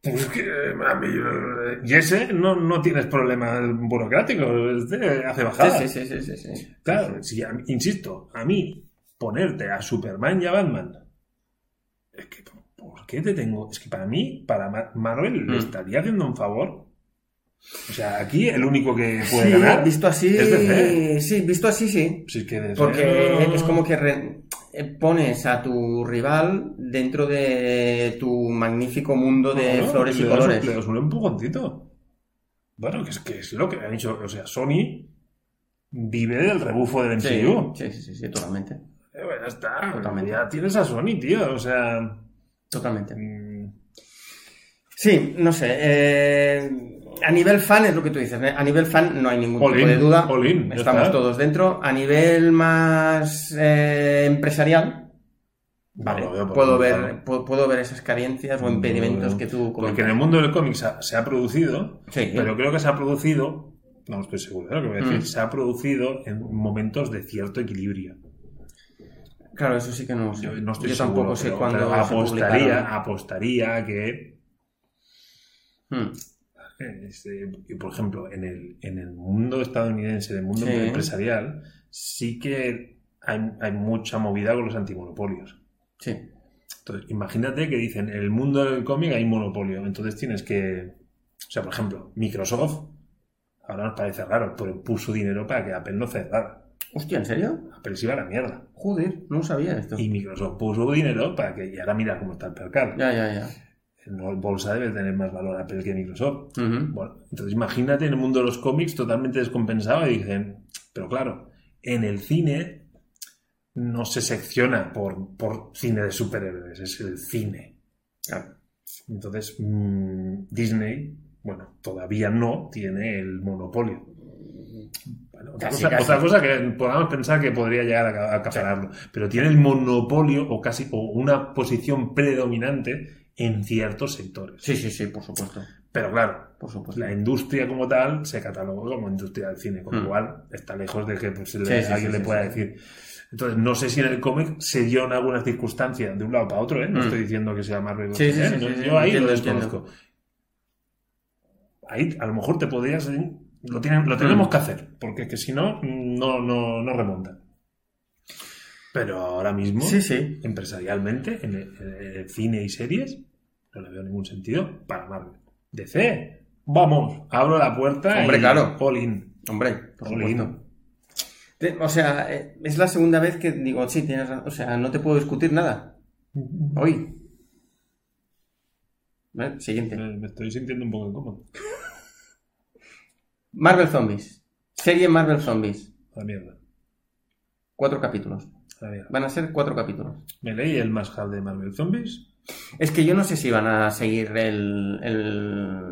S1: pues que, mami, eh, y ese no, no tienes problemas burocráticos, este hace bajadas.
S2: Sí, sí, sí, sí, sí, sí.
S1: Claro, si a- insisto, a mí ponerte a Superman y a Batman. Es que, ¿por qué te tengo? Es que para mí, para Ma- Marvel, le
S2: Mm.
S1: estaría haciendo un favor. O sea, aquí el único que puede
S2: Sí,
S1: ganar.
S2: visto así,
S1: es DC.
S2: sí, visto así, sí.
S1: Si es que DC
S2: Porque
S1: no-
S2: es como que re- eh, pones a tu rival dentro de tu magnífico mundo de
S1: no,
S2: flores y
S1: le das-
S2: colores.
S1: Le das un empujoncito. Bueno, que es, que es lo que han hecho. O sea, Sony vive del rebufo del
S2: Sí,
S1: MCU.
S2: sí, sí, sí, sí, totalmente.
S1: Eh, bueno, ya está.
S2: Totalmente.
S1: Ya tienes a Sony, tío. O sea.
S2: Totalmente.
S1: mm,
S2: Sí, no sé. eh, a nivel fan es lo que tú dices. ¿eh? A nivel fan no hay ningún
S1: All
S2: tipo
S1: in,
S2: de duda.
S1: all in, ya
S2: Estamos
S1: está.
S2: todos dentro. A nivel más eh, empresarial,
S1: no
S2: vale,
S1: lo veo por
S2: puedo,
S1: ningún
S2: ver,
S1: lado.
S2: pu- puedo ver esas carencias o
S1: No,
S2: impedimentos
S1: no.
S2: que tú
S1: Porque
S2: comentas.
S1: en el mundo del cómic se ha, se ha producido,
S2: Sí,
S1: pero creo que se ha producido, no estoy seguro de lo que voy a decir,
S2: Mm.
S1: se ha producido en momentos de cierto equilibrio.
S2: claro, eso sí que no lo sé.
S1: Yo no estoy
S2: Yo
S1: seguro.
S2: tampoco sé
S1: pero-
S2: cuándo
S1: pero
S2: se publicaron.
S1: apostaría, apostaría a que
S2: Hmm.
S1: Este, y, por ejemplo, en el, en el mundo estadounidense, en el mundo
S2: Sí.
S1: empresarial, sí que hay, hay mucha movida con los antimonopolios.
S2: Sí.
S1: Entonces, imagínate que dicen, en el mundo del cómic hay monopolio. Entonces tienes que... O sea, por ejemplo, Microsoft, ahora nos parece raro, pero puso dinero para que Apple no cerrara.
S2: Hostia, ¿en serio?
S1: Apple se iba a la mierda.
S2: Joder, no sabía esto.
S1: Y Microsoft puso dinero para que... Y ahora mira cómo está el mercado.
S2: Ya, ya, ya.
S1: No, En bolsa debe tener más valor Apple que Microsoft.
S2: Ujú.
S1: Bueno, entonces imagínate en el mundo de los cómics totalmente descompensado y dicen, pero claro, en el cine no se secciona por, por cine de superhéroes, es el cine.
S2: Claro.
S1: Entonces mm, Disney, bueno, todavía no tiene el monopolio. Bueno, otra,
S2: Casi,
S1: cosa,
S2: casi.
S1: otra cosa que podamos pensar que podría llegar a ca- a acapararlo, pero tiene el monopolio o casi o una posición predominante en ciertos sectores.
S2: Sí, sí, sí, por supuesto.
S1: Pero claro,
S2: Por
S1: pues
S2: supuesto.
S1: la industria como tal se cataloga como industria del cine, con lo
S2: Mm.
S1: cual está lejos de que pues, le-
S2: Sí, sí,
S1: alguien
S2: sí,
S1: le
S2: sí,
S1: pueda
S2: sí.
S1: decir. Entonces, no sé si en el cómic se dio en algunas circunstancias de un lado para otro, ¿eh? no
S2: Mm.
S1: estoy diciendo que sea Marvel. o
S2: Sí, sí,
S1: sea,
S2: sí,
S1: no,
S2: sí, sí,
S1: yo ahí
S2: entiendo,
S1: lo desconozco. Ahí a lo mejor te podrías... ¿eh? Lo, tienen, lo tenemos
S2: Mm.
S1: que hacer, porque es que si no, no, no, no remonta. Pero ahora mismo,
S2: Sí, sí.
S1: empresarialmente, en el- en el cine y series, no le veo ningún sentido para Marvel. DC, vamos, abro la puerta.
S2: Hombre,
S1: y
S2: claro.
S1: all in.
S2: Hombre, por
S1: All
S2: supuesto.
S1: in.
S2: Te- O sea, eh, es la segunda vez que digo, sí, tienes razón. O sea, no te puedo discutir nada. Hoy. Vale, Siguiente.
S1: Me me estoy sintiendo un poco incómodo.
S2: Marvel Zombies. Serie Marvel Zombies.
S1: A la mierda.
S2: Cuatro capítulos.
S1: a la mierda.
S2: Van a ser cuatro capítulos.
S1: Me leí el más de Marvel Zombies.
S2: Es que yo no sé si van a seguir el, el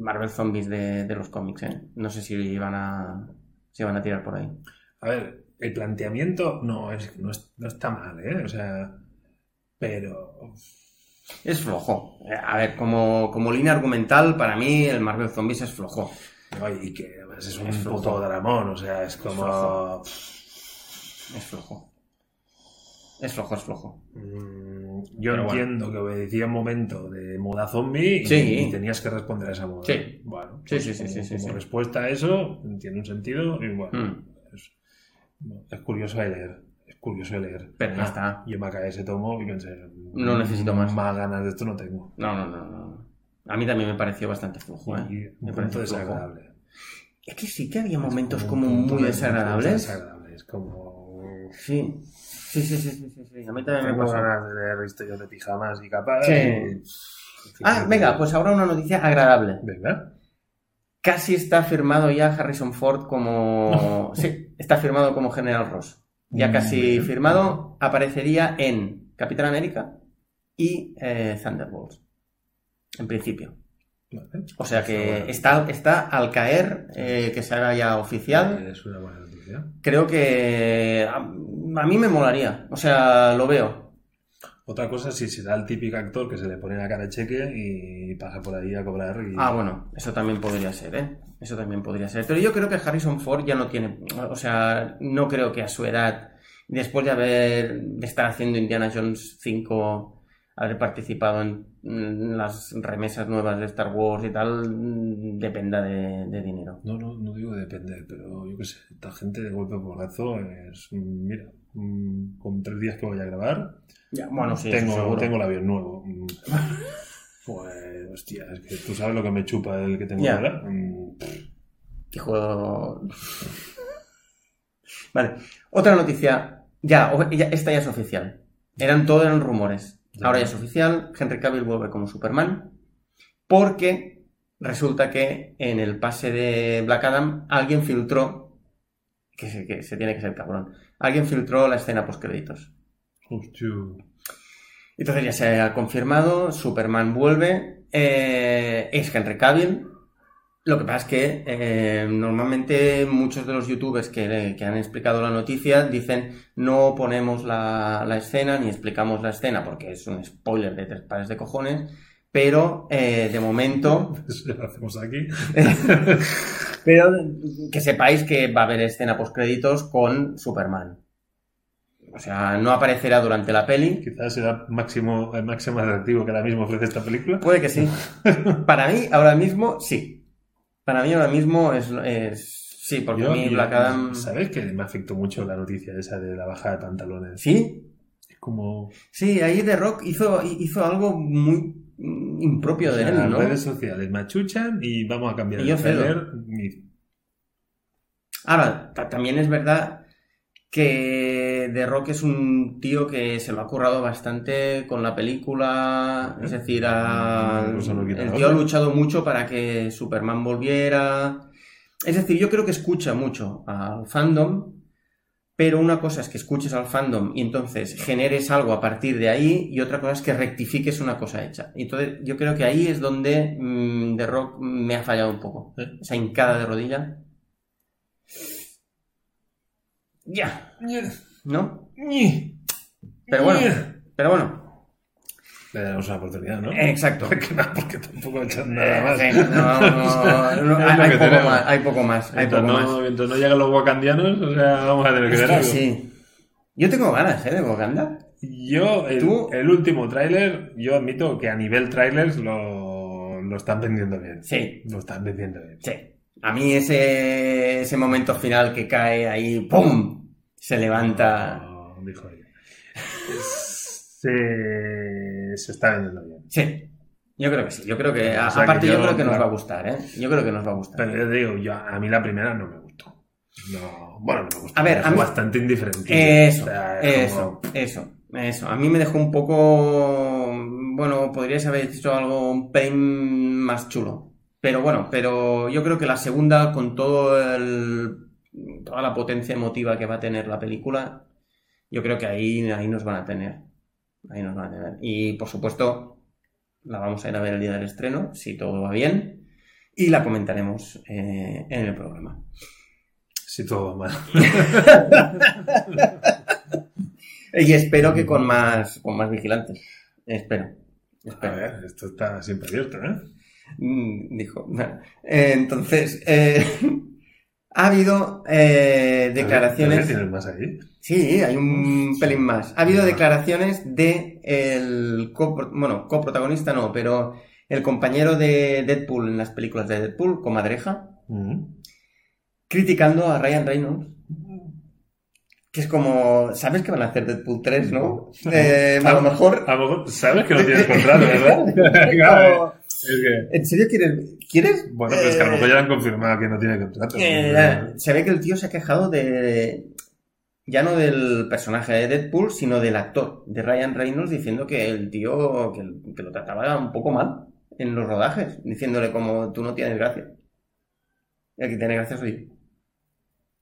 S2: Marvel Zombies de, de los cómics, ¿eh? No sé si van a, si van a tirar por ahí.
S1: A ver, el planteamiento no, es, no, es- no está mal, ¿eh? O sea, pero.
S2: Es flojo. Eh, A ver, como, como línea argumental, para mí el Marvel Zombies es flojo.
S1: no, y que además es un
S2: Es flojo.
S1: puto dramón, o sea, es como.
S2: flojo. Es flojo. Es flojo, es flojo.
S1: Mm, Yo
S2: Pero bueno.
S1: entiendo que obedecía un momento de moda zombie y,
S2: Sí.
S1: y tenías que responder a esa moda.
S2: Sí.
S1: Bueno, pues
S2: Sí, sí, sí,
S1: como,
S2: sí, sí,
S1: como
S2: sí.
S1: respuesta a eso tiene un sentido y bueno,
S2: Mm.
S1: es, es curioso de leer. Es curioso de leer. Ah,
S2: Pero ya está.
S1: Yo me acabé ese tomo y pensé,
S2: No necesito más.
S1: Más ganas de esto no tengo.
S2: No, no, no, no. A mí también me pareció bastante flojo, ¿eh?
S1: Y
S2: Me
S1: un
S2: parece
S1: punto
S2: flojo.
S1: desagradable.
S2: Es que sí que había momentos
S1: Es
S2: como
S1: un punto
S2: muy
S1: de-
S2: desagradables.
S1: Desagradables, como...
S2: Sí. Sí, sí, sí, sí, sí, sí. A mí también me
S1: Tengo
S2: pasó.
S1: ganas de leer historias de pijamas y capas.
S2: Sí.
S1: y-
S2: Ah, venga, pues ahora una noticia agradable.
S1: Venga.
S2: Casi está firmado ya Harrison Ford como... Sí, está firmado como General Ross. Ya casi
S1: Mm, Bien.
S2: firmado, aparecería en Capitán América y eh, Thunderbolts. En principio.
S1: Vale.
S2: O sea
S1: Bueno. Eh.
S2: que está, está al caer eh, que se haga ya oficial.
S1: Es una buena noticia.
S2: Creo que a, a mí me molaría. O sea, lo veo.
S1: Otra cosa es si será el típico actor que se le pone la cara cheque y pasa por ahí a cobrar. Y...
S2: Ah, bueno, eso también podría ser, ¿eh? Eso también podría ser. Pero yo creo que Harrison Ford ya no tiene. O sea, no creo que a su edad, después de haber. de estar haciendo Indiana Jones 5 haber participado en mm, las remesas nuevas de Star Wars y tal mm, dependa de, de dinero.
S1: No, no, no digo depender, pero yo qué sé, esta gente de golpe por brazo es, mm, mira, mm, con tres días que voy a grabar,
S2: bueno, sí, eso
S1: tengo,
S2: seguro.
S1: tengo el avión nuevo. Mm. Pues, hostia, es que tú sabes lo que me chupa el que tengo
S2: Ya.
S1: ahora. Mm, pff,
S2: Hijo. vale. Otra noticia. Ya, o- ya- esta ya es oficial. Eran todos eran rumores.
S1: Ya.
S2: Ahora ya es oficial. Henry Cavill vuelve como Superman. Porque resulta que en el pase de Black Adam alguien filtró. Que se, que se tiene que ser cabrón. Alguien filtró la escena post créditos.
S1: hostia.
S2: Entonces ya se ha confirmado, Superman vuelve, eh, es Henry Cavill. Lo que pasa es que eh, normalmente muchos de los youtubers que, que han explicado la noticia dicen no ponemos la, la escena ni explicamos la escena porque es un spoiler de tres pares de cojones, pero eh, de momento
S1: Eso ya lo hacemos aquí.
S2: pero que sepáis que va a haber escena post créditos con Superman. O sea, no aparecerá durante la peli,
S1: Quizás será máximo, el máximo atractivo que ahora mismo ofrece esta película.
S2: Puede que sí. Para mí, ahora mismo, sí. Para mí, ahora mismo, es. es- sí, porque a
S1: Yo-
S2: mí
S1: yo-
S2: Black Adam.
S1: ¿Sabes que me afectó mucho la noticia esa de la baja de pantalones?
S2: Sí,
S1: Es como...
S2: sí, ahí The Rock hizo, hizo algo muy mm, impropio de
S1: o sea,
S2: él,
S1: las
S2: ¿no?
S1: redes sociales machuchan y vamos a cambiar
S2: Y yo
S1: el
S2: cedo.
S1: trailer. Y-
S2: Ahora, ta- también es verdad que The Rock es un tío que se lo ha currado bastante con la película. Es decir, ha-
S1: Una cosa no quita
S2: el
S1: la
S2: tío ha
S1: otra.
S2: luchado mucho para que Superman volviera. Es decir, yo creo que escucha mucho al fandom, pero una cosa es que escuches al fandom y entonces generes algo a partir de ahí, y otra cosa es que rectifiques una cosa hecha. Y Entonces, yo creo que ahí es donde mm, The Rock me ha fallado un poco.
S1: ¿Eh?
S2: Esa hincada de rodilla. Ya. ¿No? Pero bueno, pero bueno.
S1: Le damos una oportunidad, ¿no?
S2: Exacto.
S1: Porque, no, porque tampoco echan nada más.
S2: Eh, sí, no, no, no,
S1: Es lo
S2: Hay
S1: que
S2: poco
S1: tenemos.
S2: más, hay poco más, hay
S1: Mientras
S2: poco más.
S1: no, mientras no llegan los wakandianos, o sea, vamos a tener que ver
S2: Hostia,
S1: algo.
S2: sí. Yo tengo ganas, ¿eh? De Wakanda.
S1: Yo, el,
S2: Tú-
S1: el último tráiler, yo admito que a nivel trailers lo, lo están vendiendo bien.
S2: Sí,
S1: Lo están vendiendo bien.
S2: sí. A mí ese, ese momento final que cae ahí, ¡pum! Se levanta.
S1: No, dijo ella. Se, se está vendiendo bien.
S2: Sí, yo creo que sí. Yo creo que, a-
S1: O sea, que
S2: aparte, yo
S1: yo-
S2: creo que nos
S1: claro.
S2: va a gustar, ¿eh? Yo creo que nos va a
S1: Pero
S2: gustar.
S1: yo te digo, yo, a mí la primera no me gustó. No, bueno, no me gustó.
S2: A ver,
S1: es
S2: a mí-
S1: bastante indiferente.
S2: Eso,
S1: O sea, es
S2: eso,
S1: como-
S2: eso, eso. A mí me dejó un poco. Bueno, podrías haber hecho algo un pelín más chulo. Pero bueno, pero yo creo que la segunda, con todo el. toda la potencia emotiva que va a tener la película, yo creo que ahí, ahí nos van a tener. Ahí nos van a tener. Y por supuesto, la vamos a ir a ver el día del estreno, si todo va bien. Y la comentaremos eh, en el programa.
S1: Sí, todo va mal.
S2: Y espero
S1: Mm.
S2: que con más, con más vigilantes. Espero.
S1: A
S2: Espero.
S1: ver, esto está siempre abierto, ¿eh?
S2: Mm, Dijo. Bueno, eh, entonces, eh, ha habido eh,
S1: A ver,
S2: declaraciones.
S1: ¿Tienes más ahí?
S2: Sí, hay un
S1: Uf,
S2: pelín más. Ha habido
S1: Ya.
S2: declaraciones de el copro- bueno, coprotagonista no, pero el compañero de Deadpool en las películas de Deadpool, Comadreja,
S1: Mm.
S2: criticando a Ryan Reynolds. Que es como, ¿sabes que van a hacer Deadpool 3, no? Eh, a lo mejor
S1: A lo mejor- sabes que no tienes contrato, ¿verdad? Claro,
S2: Como,
S1: es que-
S2: ¿En serio quieres? ¿Quieres?
S1: Bueno, pero es que a lo mejor
S2: Eh,
S1: ya le han confirmado que no tiene contrato.
S2: eh, ya, se ve que el tío se ha quejado de. Ya no del personaje de Deadpool, sino del actor, de Ryan Reynolds, diciendo que el tío que, que lo trataba un poco mal en los rodajes, diciéndole como tú no tienes gracia. El que tiene gracia soy yo.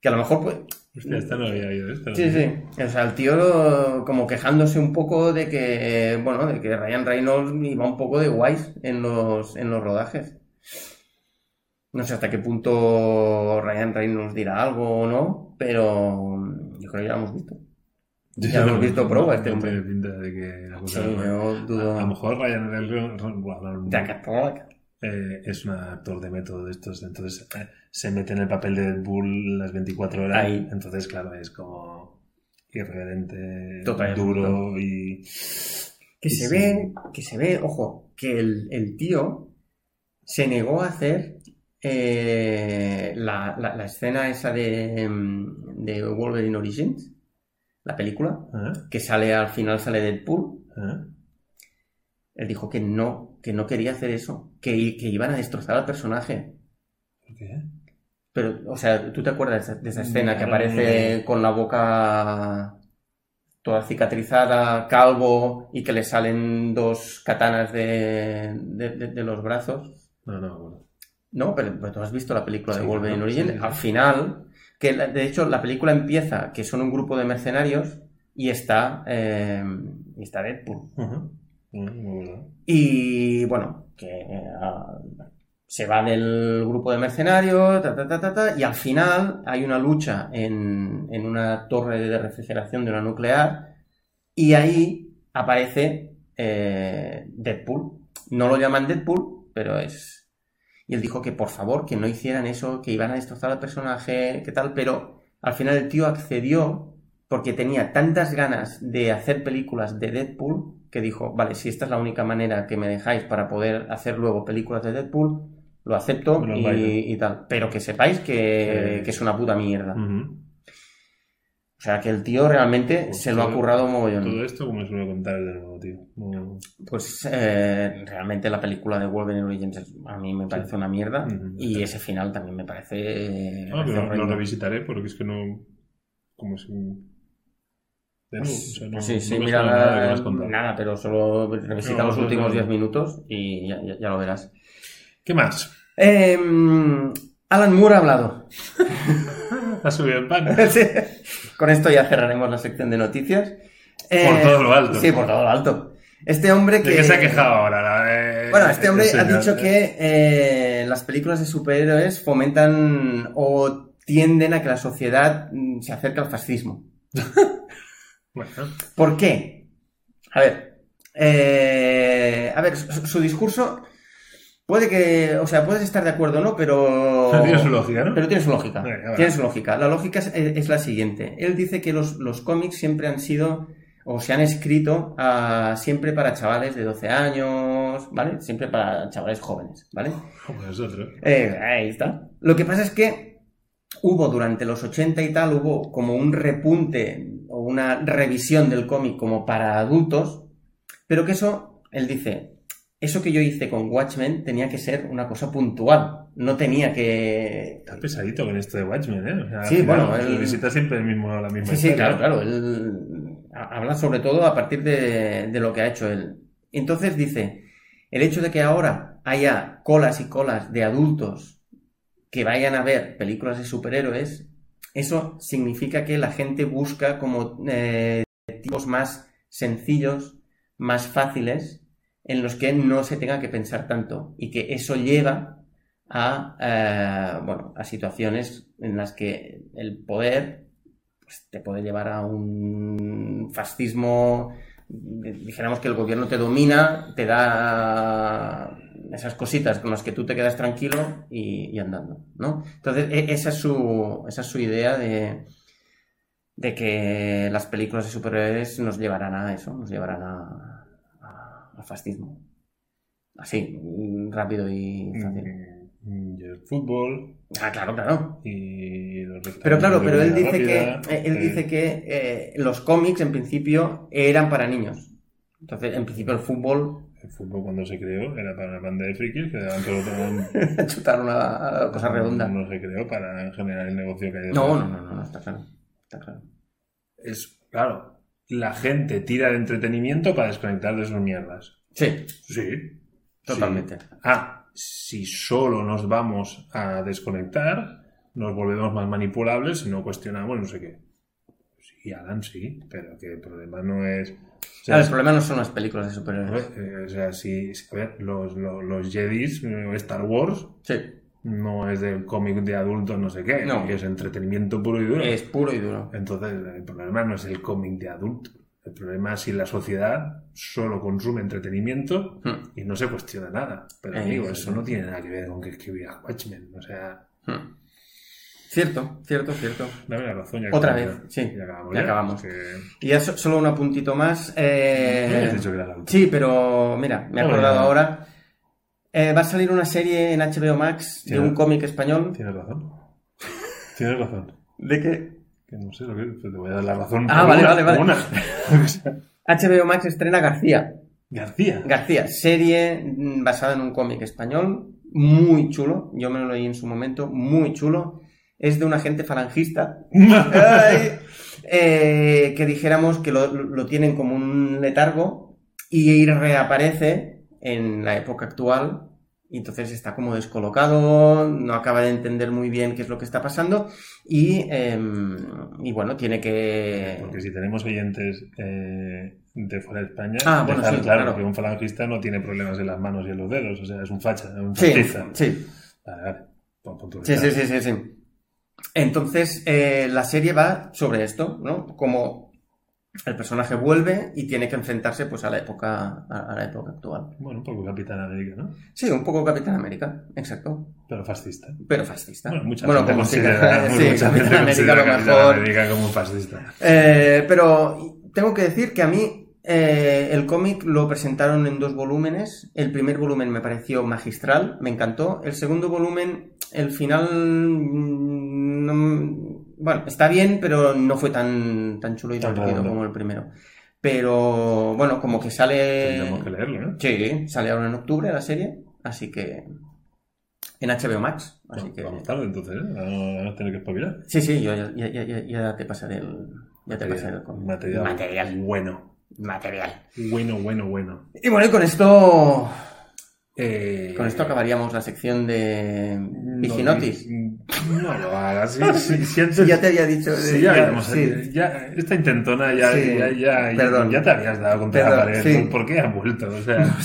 S2: Que a lo mejor pues.
S1: Hostia, esta no había oído esto.
S2: Sí, sí. O sea, el tío como quejándose un poco de que, eh, bueno, de que Ryan Reynolds iba un poco de guays en los, en los rodajes. No sé hasta qué punto Ryan Reynolds dirá algo o no, pero yo creo que ya lo hemos visto. Ya hemos visto proba este
S1: No
S2: hombre.
S1: tiene pinta de que la cosa-
S2: yo dudo...
S1: A lo mejor Ryan Reynolds bueno,
S2: Ya, que-
S1: eh, es un actor de método de estos, entonces eh, se mete en el papel de Deadpool las 24 horas.
S2: Ahí.
S1: Entonces, claro, es como irreverente,
S2: Total.
S1: duro y
S2: Que se ve, que se ve, ojo, que el, el tío se negó a hacer eh, la, la- la escena esa de, em, de Wolverine Origins, la película,
S1: Ah,
S2: que sale al final, sale Deadpool.
S1: ah.
S2: Él dijo que no, que no quería hacer eso, que, i- que iban a destrozar al personaje.
S1: ¿Por qué?
S2: Pero, o sea, ¿tú te acuerdas de esa, de esa escena que
S1: Claro,
S2: aparece
S1: Mm.
S2: con la boca toda cicatrizada, calvo, y que le salen dos katanas de, de- de- de los brazos?
S1: No, no, bueno.
S2: No, pero, pero tú has visto la película de
S1: Sí,
S2: Wolverine
S1: claro, sí,
S2: Origins.
S1: sí, sí.
S2: Al final, que la- de hecho la película empieza que son un grupo de mercenarios y está, eh, y está Deadpool.
S1: Ujú. No, no me acuerdo.
S2: Y bueno, que eh, ah, se va del grupo de mercenarios, ta, ta, ta, ta, ta, y al final hay una lucha en, en una torre de refrigeración de una nuclear, y ahí aparece eh, Deadpool. No lo llaman Deadpool, pero es. Y él dijo que por favor, que no hicieran eso, que iban a destrozar al personaje, que tal, pero al final el tío accedió porque tenía tantas ganas de hacer películas de Deadpool que dijo, vale, si esta es la única manera que me dejáis para poder hacer luego películas de Deadpool, lo acepto
S1: Me lo
S2: y,
S1: bailo.
S2: y tal. Pero que sepáis que,
S1: Sí.
S2: que es una puta mierda.
S1: Ujú.
S2: O sea, que el tío realmente
S1: Pues
S2: se lo ha
S1: todo-
S2: currado mogollón.
S1: Todo esto, como os lo voy a contar de nuevo, tío. No.
S2: Pues eh, realmente la película de Wolverine Origins es- a mí me parece una mierda.
S1: Ujú.
S2: Y ese final también me parece. eh,
S1: Ah, pero
S2: horrendo.
S1: lo revisitaré porque es que no. Como si. De nuevo, o sea, no-
S2: Pues sí, sí,
S1: no me
S2: mira,
S1: suena nada de lo que me has
S2: nada,
S1: contado.
S2: pero solo revisita
S1: No,
S2: los
S1: no,
S2: últimos
S1: no.
S2: 10 minutos y ya, ya- ya lo verás.
S1: ¿Qué más?
S2: Eh,
S1: Em,
S2: Alan Moore ha hablado.
S1: Ha subido el pan.
S2: Sí. Con esto ya cerraremos la sección de noticias. Eh,
S1: todo lo alto.
S2: Sí, por todo lo alto. Este hombre que.
S1: ¿De qué se ha quejado ahora? La- eh,
S2: Bueno, este hombre
S1: ese
S2: ha
S1: señor,
S2: dicho
S1: eh.
S2: que eh, las películas de superhéroes fomentan o tienden a que la sociedad mm, se acerque al fascismo.
S1: Bueno,
S2: ¿Por qué? A ver, eh, a ver, su, su discurso puede que, o sea, puedes estar de acuerdo, ¿no? Pero
S1: Pero tiene su lógica, ¿no?
S2: Pero tiene su lógica.
S1: Venga, va.
S2: tiene su lógica. La lógica es, es la siguiente. Él dice que los, los cómics siempre han sido o se han escrito ah, siempre para chavales de 12 años, ¿vale? Siempre para chavales jóvenes, ¿vale?
S1: como nosotros.
S2: Eh, ahí está. Lo que pasa es que hubo durante los 80 y tal, hubo como un repunte o una revisión del cómic como para adultos, pero que eso, él dice, eso que yo hice con Watchmen tenía que ser una cosa puntual, no tenía que...
S1: Está pesadito con esto de Watchmen, ¿eh? O sea, al
S2: Sí, bueno,
S1: pues,
S2: el-
S1: Revisita siempre el mismo, la misma
S2: Sí, sí,
S1: historia.
S2: claro, claro. Él ha- habla sobre todo a partir de, de lo que ha hecho él. Entonces dice, el hecho de que ahora haya colas y colas de adultos que vayan a ver películas de superhéroes, eso significa que la gente busca como eh, tipos más sencillos, más fáciles, en los que no se tenga que pensar tanto y que eso lleva a, eh, bueno, a situaciones en las que el poder pues, te puede llevar a un fascismo, dijéramos que el gobierno te domina, te da esas cositas con las que tú te quedas tranquilo y, y andando, ¿no? Entonces, e- esa es su, esa es su idea de, de que las películas de superhéroes nos llevarán a eso, nos llevarán a, a- al fascismo. Así, mm, rápido y fácil.
S1: Mm, Y el fútbol
S2: Ah, claro, claro.
S1: y los rectángulos
S2: Pero claro,
S1: de
S2: pero él
S1: comida
S2: dice que,
S1: rápida,
S2: eh, él
S1: eh,
S2: dice que eh, los cómics en principio eran para niños. Entonces, en principio el fútbol
S1: El fútbol cuando se creó era para una banda de frikis que daban todo un-
S2: chutar una cosa redonda. No,
S1: No se creó para generar el negocio que hay detrás.
S2: no, no, no, no, está claro. Está claro.
S1: Es, claro, la gente tira de entretenimiento para desconectar de sus mierdas.
S2: Sí,
S1: Sí.
S2: totalmente.
S1: Ah, si solo nos vamos a desconectar, nos volvemos más manipulables y no cuestionamos no sé qué. Sí, Alan, sí, pero que el problema no es... o sea,
S2: Claro, el problema no son las películas de superhéroes.
S1: eh, o sea, si, a ver, los, los, los Jedis, eh, Star Wars,
S2: Sí,
S1: no es del cómic de adultos, no sé qué,
S2: No.
S1: es entretenimiento puro y duro.
S2: es puro y duro.
S1: Entonces, el problema no es el cómic de adulto. El problema es si la sociedad solo consume entretenimiento
S2: Hmm,
S1: y no se cuestiona nada. Pero,
S2: Eh,
S1: amigo,
S2: sí,
S1: eso
S2: sí.
S1: no tiene nada que ver con que escribía Watchmen. O sea,
S2: hmm. Cierto, cierto, cierto.
S1: Dame la razón. ya
S2: Otra
S1: acabamos
S2: vez,
S1: ya.
S2: sí,
S1: Ya acabamos. ¿eh?
S2: ya
S1: ya,
S2: acabamos.
S1: porque-
S2: Y ya so- solo un apuntito más.
S1: ¿Qué
S2: eh,
S1: habías dicho que era la última?
S2: Sí, pero mira, me he
S1: Bueno.
S2: acordado ahora. Eh, va a salir una serie en HBO Max de
S1: Sí.
S2: un cómic español.
S1: Tienes razón. Tienes razón.
S2: ¿De qué?
S1: Que no sé lo que pero te voy a dar la razón.
S2: Ah, vale, vale, vale.
S1: vale.
S2: HBO Max estrena García.
S1: García.
S2: García, serie mm, basada en un cómic español, muy chulo, yo me lo leí en su momento, muy chulo. Es de un agente falangista Ay, eh, que dijéramos que lo, lo tienen como un letargo y reaparece en la época actual y entonces está como descolocado, no acaba de entender muy bien qué es lo que está pasando y, em, y bueno, tiene que...
S1: Porque si tenemos oyentes eh, de fuera de España,
S2: Ah, bueno,
S1: dejar
S2: sí,
S1: claro,
S2: claro.
S1: que un falangista no tiene problemas en las manos y en los dedos, o sea, es un facha, es un
S2: Sí,
S1: fascista.
S2: sí.
S1: Vale, vale. Pon- pon tu
S2: Sí, sí,
S1: recado.
S2: sí, sí, sí. Entonces, eh, la serie va sobre esto, ¿no? Como el personaje vuelve y tiene que enfrentarse pues a la época, a, a la época actual.
S1: Bueno, un poco Capitán América, ¿no?
S2: Sí, un poco Capitán América, exacto.
S1: Pero fascista.
S2: Pero fascista.
S1: Bueno, mucha gente
S2: Ah. como sí,
S1: considera,
S2: sí,
S1: mucha gente
S2: Capitán América
S1: considera
S2: a lo
S1: Capitán
S2: mejor.
S1: América como un fascista.
S2: Eh, pero tengo que decir que a mí eh, el cómic lo presentaron en dos volúmenes. El primer volumen me pareció magistral, me encantó. El segundo volumen, el final, mm, no- bueno, está bien, pero no fue tan, tan chulo y
S1: Tan
S2: divertido
S1: redondo.
S2: como el primero. Pero bueno, como que sale...
S1: Tendremos que leerlo, ¿eh?
S2: Sí, sale ahora en octubre la serie, así que... En HBO Max, así
S1: Bueno,
S2: que...
S1: Vamos tarde entonces, ¿eh? Vamos vamos a tener que espabilar.
S2: Sí, sí, yo ya, ya- ya- ya te pasaré el... Ya te pasaré el cómic.
S1: Material.
S2: Material.
S1: Bueno.
S2: Material.
S1: Bueno, bueno, bueno.
S2: Y bueno, y con esto,
S1: Eh,
S2: con esto acabaríamos la sección de Viginotis.
S1: No, no lo hagas. Si, si, si antes-
S2: ya te había dicho.
S1: Sí,
S2: eh,
S1: ya,
S2: ya,
S1: habíamos-
S2: sí.
S1: ya- esta intentona ya,
S2: Sí.
S1: ya, ya, ya-
S2: Perdón.
S1: ya te habías dado contra la
S2: Perdón,
S1: pared.
S2: sí.
S1: ¿Por- ¿Por qué has vuelto? O sea,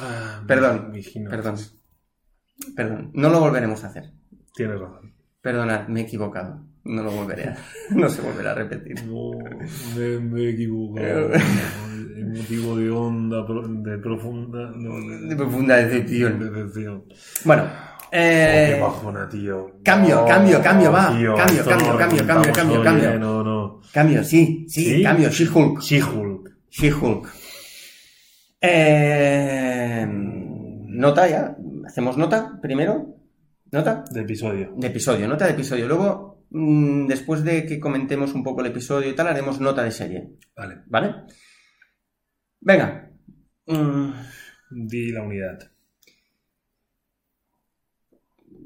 S1: Ah,
S2: Perdón,
S1: mi gino.
S2: Perdón. Perdón. No lo volveremos a hacer.
S1: Tienes razón.
S2: Perdonad, me he equivocado. No lo volveré a. No se volverá a repetir.
S1: No, me, me he equivocado.
S2: Eh.
S1: El motivo de onda, pro- de profunda. No,
S2: De profunda decepción.
S1: decepción.
S2: Bueno. eh,
S1: Oh, Qué bajona, tío. Oh,
S2: cambio, cambio, cambio, va. Cambio,
S1: esto
S2: cambio,
S1: lo
S2: cambio, cambio,
S1: remontamos
S2: cambio,
S1: hoy,
S2: cambio.
S1: eh, No, no.
S2: cambio, sí, sí,
S1: ¿Sí?
S2: cambio, She-Hulk.
S1: She-Hulk.
S2: She-Hulk. Eh, nota ya. Hacemos nota primero. Nota
S1: De episodio.
S2: de episodio, nota de episodio. Luego, mm, después de que comentemos un poco el episodio y tal, haremos nota de serie.
S1: Vale.
S2: ¿Vale? Venga. Mm,
S1: Di la unidad.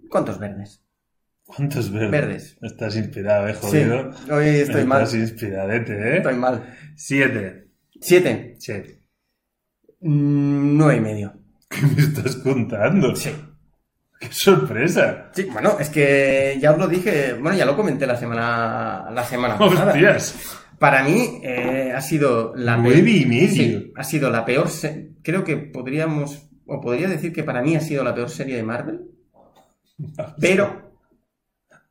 S2: ¿Cuántos verdes?
S1: ¿Cuántos verdes?
S2: Verdes.
S1: Estás inspirado, eh, jodido.
S2: Sí, hoy estoy mal.
S1: Estás inspiradete,
S2: Estoy
S1: ¿eh?
S2: mal.
S1: Siete.
S2: Siete.
S1: Che,
S2: Mm, Nueve y medio.
S1: ¿qué me estás contando?
S2: Sí.
S1: ¡Qué sorpresa!
S2: Sí, bueno, es que ya os lo dije, bueno, ya lo comenté la semana, la semana pasada.
S1: ¡Hostias!
S2: Para mí eh, ha sido la
S1: Nueve y medio.
S2: Sí, ha sido la peor. se- Creo que podríamos. O podría decir que para mí ha sido la peor serie de Marvel. Pero.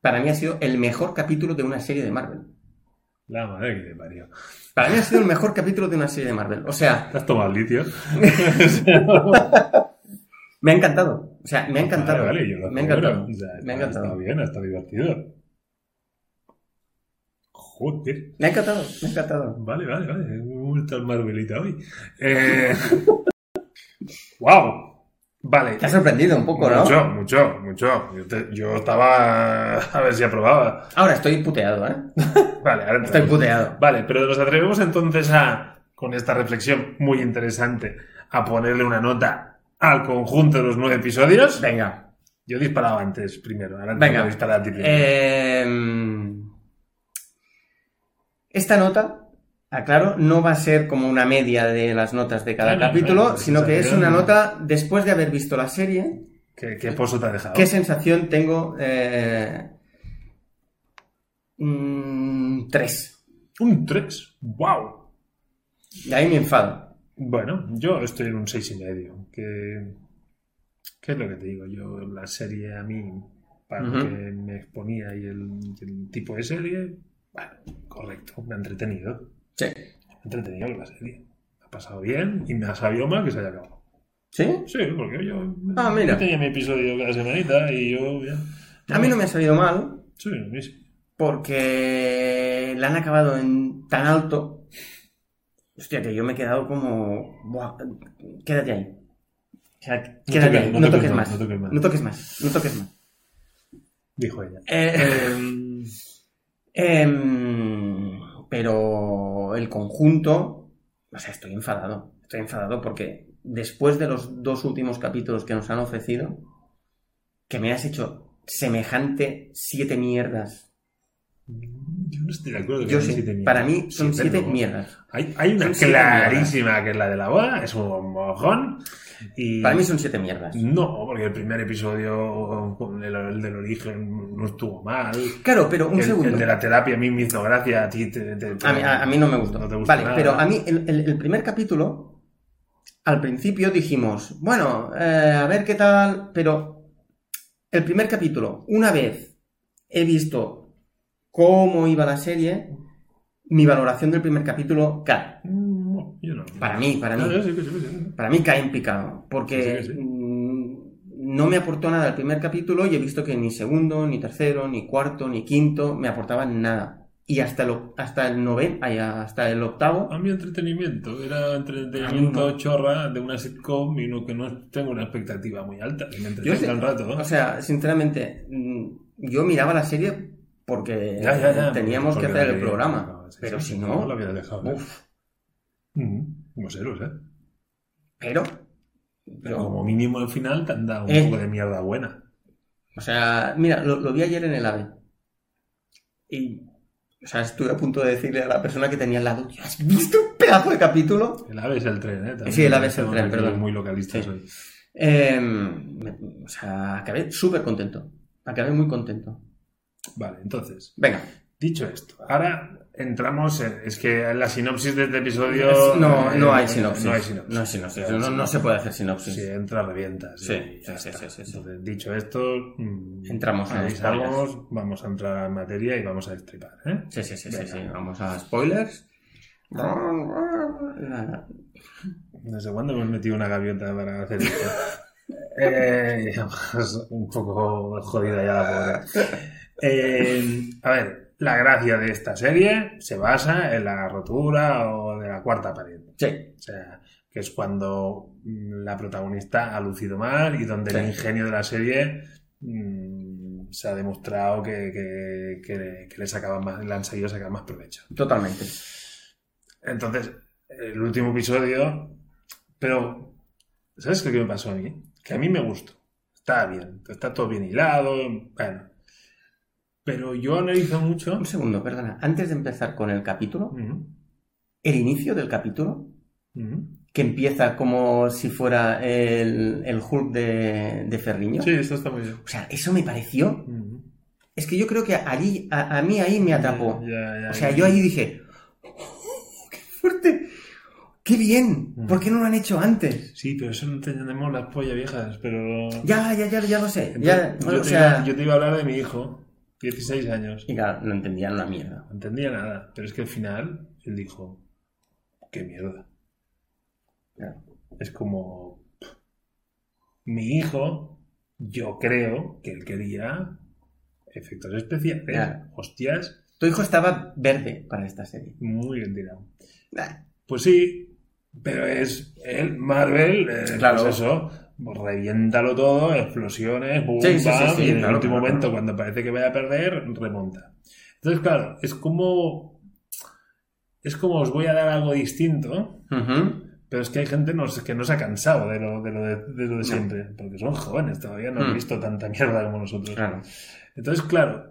S2: Para mí ha sido el mejor capítulo de una serie de Marvel.
S1: La madre que te parió.
S2: Para mí ha sido el mejor capítulo de una serie de Marvel. O sea,
S1: ¿Te has tomado litio?
S2: me ha encantado. O sea, me ha encantado.
S1: Vale, vale, yo lo
S2: me ha
S1: celebro.
S2: encantado.
S1: O sea,
S2: Me ha
S1: está-
S2: encantado.
S1: Está bien, está divertido. Joder.
S2: Me ha encantado. Me ha encantado.
S1: Vale, vale, vale. Me he vuelto al Marvelita hoy. Eh... ¡Wow! Vale.
S2: Te ha sorprendido un poco, ¿no?
S1: Mucho, mucho, mucho. Yo, te- yo estaba a ver si aprobaba.
S2: Ahora estoy puteado, ¿eh?
S1: Vale, ahora
S2: Estoy
S1: entramos.
S2: puteado.
S1: Vale, pero nos atrevemos entonces a, con esta reflexión muy interesante, a ponerle una nota al conjunto de los nueve episodios.
S2: Venga.
S1: Yo disparaba antes primero, ahora te
S2: Venga. Eh,
S1: voy a disparar a ti primero.
S2: Em, esta nota, aclaro, no va a ser como una media de las notas de cada
S1: Claro,
S2: capítulo,
S1: claro,
S2: sino que es
S1: sensación.
S2: una nota después de haber visto la serie.
S1: ¿Qué, qué pozo te ha dejado?
S2: ¿Qué sensación tengo? Eh, mm, tres.
S1: Un 3. ¡Wow!
S2: De ahí me enfado.
S1: Bueno, yo estoy en un seis y medio. Que... ¿Qué es lo que te digo? Yo, la serie a mí, para lo
S2: Ujú.
S1: que me exponía y el, y el tipo de serie, bueno, correcto, me ha entretenido.
S2: Sí.
S1: Me ha entretenido con la serie. Me ha pasado bien y me ha sabido mal que se haya acabado.
S2: ¿Sí?
S1: Sí, porque yo
S2: Ah, mira.
S1: yo tenía mi episodio cada semanita y yo ya,
S2: A mí no me ha salido mal,
S1: Sí, sí.
S2: porque la han acabado en tan alto. Hostia, que yo me he quedado como. "Buah, quédate ahí. O sea, quédate
S1: toques-
S2: ahí,
S1: no
S2: no
S1: toques
S2: toques
S1: más, no
S2: más.
S1: toques más.
S2: No toques más, no toques más.
S1: Dijo ella.
S2: Eh,
S1: Em,
S2: Em, pero el conjunto, o sea, estoy enfadado. Estoy enfadado porque después de los dos últimos capítulos que nos han ofrecido, que me has hecho semejante siete mierdas.
S1: yo no estoy de acuerdo. que
S2: Yo
S1: sean
S2: sí,
S1: siete
S2: para
S1: mierdas.
S2: mí son
S1: Siete
S2: siete
S1: no.
S2: mierdas.
S1: Hay, hay una
S2: Son siete
S1: clarísima que es la de la boda, es un mojón. Y
S2: Para mí son siete mierdas.
S1: no, porque el primer episodio, el, el del origen, no estuvo mal.
S2: Claro, pero un
S1: el,
S2: segundo.
S1: el de la terapia a mí me hizo gracia, a ti te- te- te-
S2: A mí, a- a mí no me gustó.
S1: No te gustó
S2: vale,
S1: nada.
S2: pero a mí el, el- el primer capítulo, al principio dijimos, bueno, eh, a ver qué tal, pero el primer capítulo, una vez he visto cómo iba la serie, mi valoración del primer capítulo cae.
S1: Mm, no, yo no.
S2: Para mí, para mí.
S1: No, yo sí, sí, sí, sí.
S2: Para mí cae en picado, porque
S1: Sí, sí, sí.
S2: mm, no me aportó nada el primer capítulo y he visto que ni segundo, ni tercero, ni cuarto, ni quinto me aportaban nada. Y hasta el, o- hasta el noven- ay, hasta el octavo
S1: A mí entretenimiento, era entretenimiento
S2: A mí no.
S1: chorra de una sitcom y no que no tengo una expectativa muy alta. y Me
S2: Yo Ah, sé-
S1: entretenga un rato.
S2: O sea, sinceramente, mm, yo miraba la serie porque
S1: Ya, ya, ya.
S2: teníamos
S1: Porque
S2: que hacer
S1: la
S2: el
S1: había-
S2: programa.
S1: sí,
S2: pero
S1: sí,
S2: si
S1: sí,
S2: no,
S1: la había dejado.
S2: uf,
S1: Mm, No sé, lo sé.
S2: pero,
S1: Pero
S2: pero-
S1: como mínimo al final te han dado un
S2: Eh.
S1: poco de mierda buena.
S2: o sea, mira, lo, lo vi ayer en el AVE. Y, o sea, estuve a punto de decirle a la persona que tenía al lado, "Tío, ¿has visto un pedazo de capítulo?
S1: El ave es el tren, ¿eh?
S2: Sí, el ave es el
S1: Estamos
S2: tren,
S1: aquí
S2: perdón.
S1: Muy localistas
S2: Sí.
S1: hoy.
S2: Eh, me- o sea, acabé súper contento. Acabé muy contento.
S1: Vale, entonces,
S2: Venga,
S1: dicho esto, ahora entramos en... Es que en la sinopsis de este episodio...
S2: es- no,
S1: eh,
S2: no hay sinopsis.
S1: No hay sinopsis.
S2: No hay sinopsis. No, no se puede hacer sinopsis.
S1: Si entra, revientas.
S2: Sí,
S1: y ya
S2: sí, sí,
S1: está.
S2: sí, sí, sí.
S1: Entonces, dicho esto, mm,
S2: Entramos en
S1: avisamos, vamos a entrar en materia y vamos a destripar. ¿eh?
S2: Sí, sí, sí, sí,
S1: Venga.
S2: sí. Vamos a spoilers.
S1: ¿Desde cuándo hemos metido una gaviota para hacer esto? Eh, además, un poco jodida ya la pobre. Eh, a ver, la gracia de esta serie se basa en la rotura o de la cuarta pared.
S2: Sí,
S1: O sea, que es cuando mm, la protagonista ha lucido mal y donde el
S2: Sí.
S1: ingenio de la serie mm, se ha demostrado que, que- que- que le, sacaban más, le han seguido sacar más provecho.
S2: totalmente.
S1: Entonces, el último episodio. Pero, ¿sabes qué que me pasó a mí? Que a mí me gustó. Está bien, está todo bien hilado, bueno. Pero yo analizo mucho.
S2: Un segundo, perdona. Antes de empezar con el capítulo,
S1: Ujú,
S2: el inicio del capítulo,
S1: ujú.
S2: que empieza como si fuera el, el Hulk de, de Ferriño.
S1: Sí, eso está muy bien.
S2: O sea, eso me pareció.
S1: Ujú.
S2: Es que yo creo que allí, a, a mí ahí me atrapó.
S1: Ya, ya,
S2: O sea, yo ahí dije, "Oh, ¡qué fuerte! ¡Qué bien!
S1: Mm.
S2: ¿Por qué no lo han hecho antes?
S1: Sí, pero eso no entendemos las pollas viejas, pero...
S2: Ya, ya, ya, ya lo sé. Ya,
S1: Entonces, yo,
S2: o
S1: te
S2: sea...
S1: iba, yo te iba a hablar de mi hijo, 16 años.
S2: Y claro, no entendían la mierda.
S1: No entendía nada, pero es que al final él dijo, qué mierda.
S2: Claro.
S1: Es como... Mi hijo, yo creo que él quería efectos especiales,
S2: Claro.
S1: hostias,
S2: Tu hijo estaba verde para esta serie. Ah,
S1: muy bien tirado.
S2: Nah,
S1: Pues sí, pero es el Marvel, eh,
S2: Claro.
S1: pues eso, pues reviéntalo todo, explosiones, boom,
S2: Sí, sí, sí,
S1: bam,
S2: sí,
S1: y en el
S2: claro,
S1: último
S2: claro,
S1: momento,
S2: claro.
S1: cuando parece que vaya a perder, remonta. Entonces, claro, es como. Es como os voy a dar algo distinto,
S2: ujú,
S1: pero es que hay gente no- que no se ha cansado de lo de, lo de, de lo de siempre, porque son jóvenes, todavía no han
S2: Mm.
S1: visto tanta mierda como nosotros.
S2: Claro.
S1: Entonces, claro,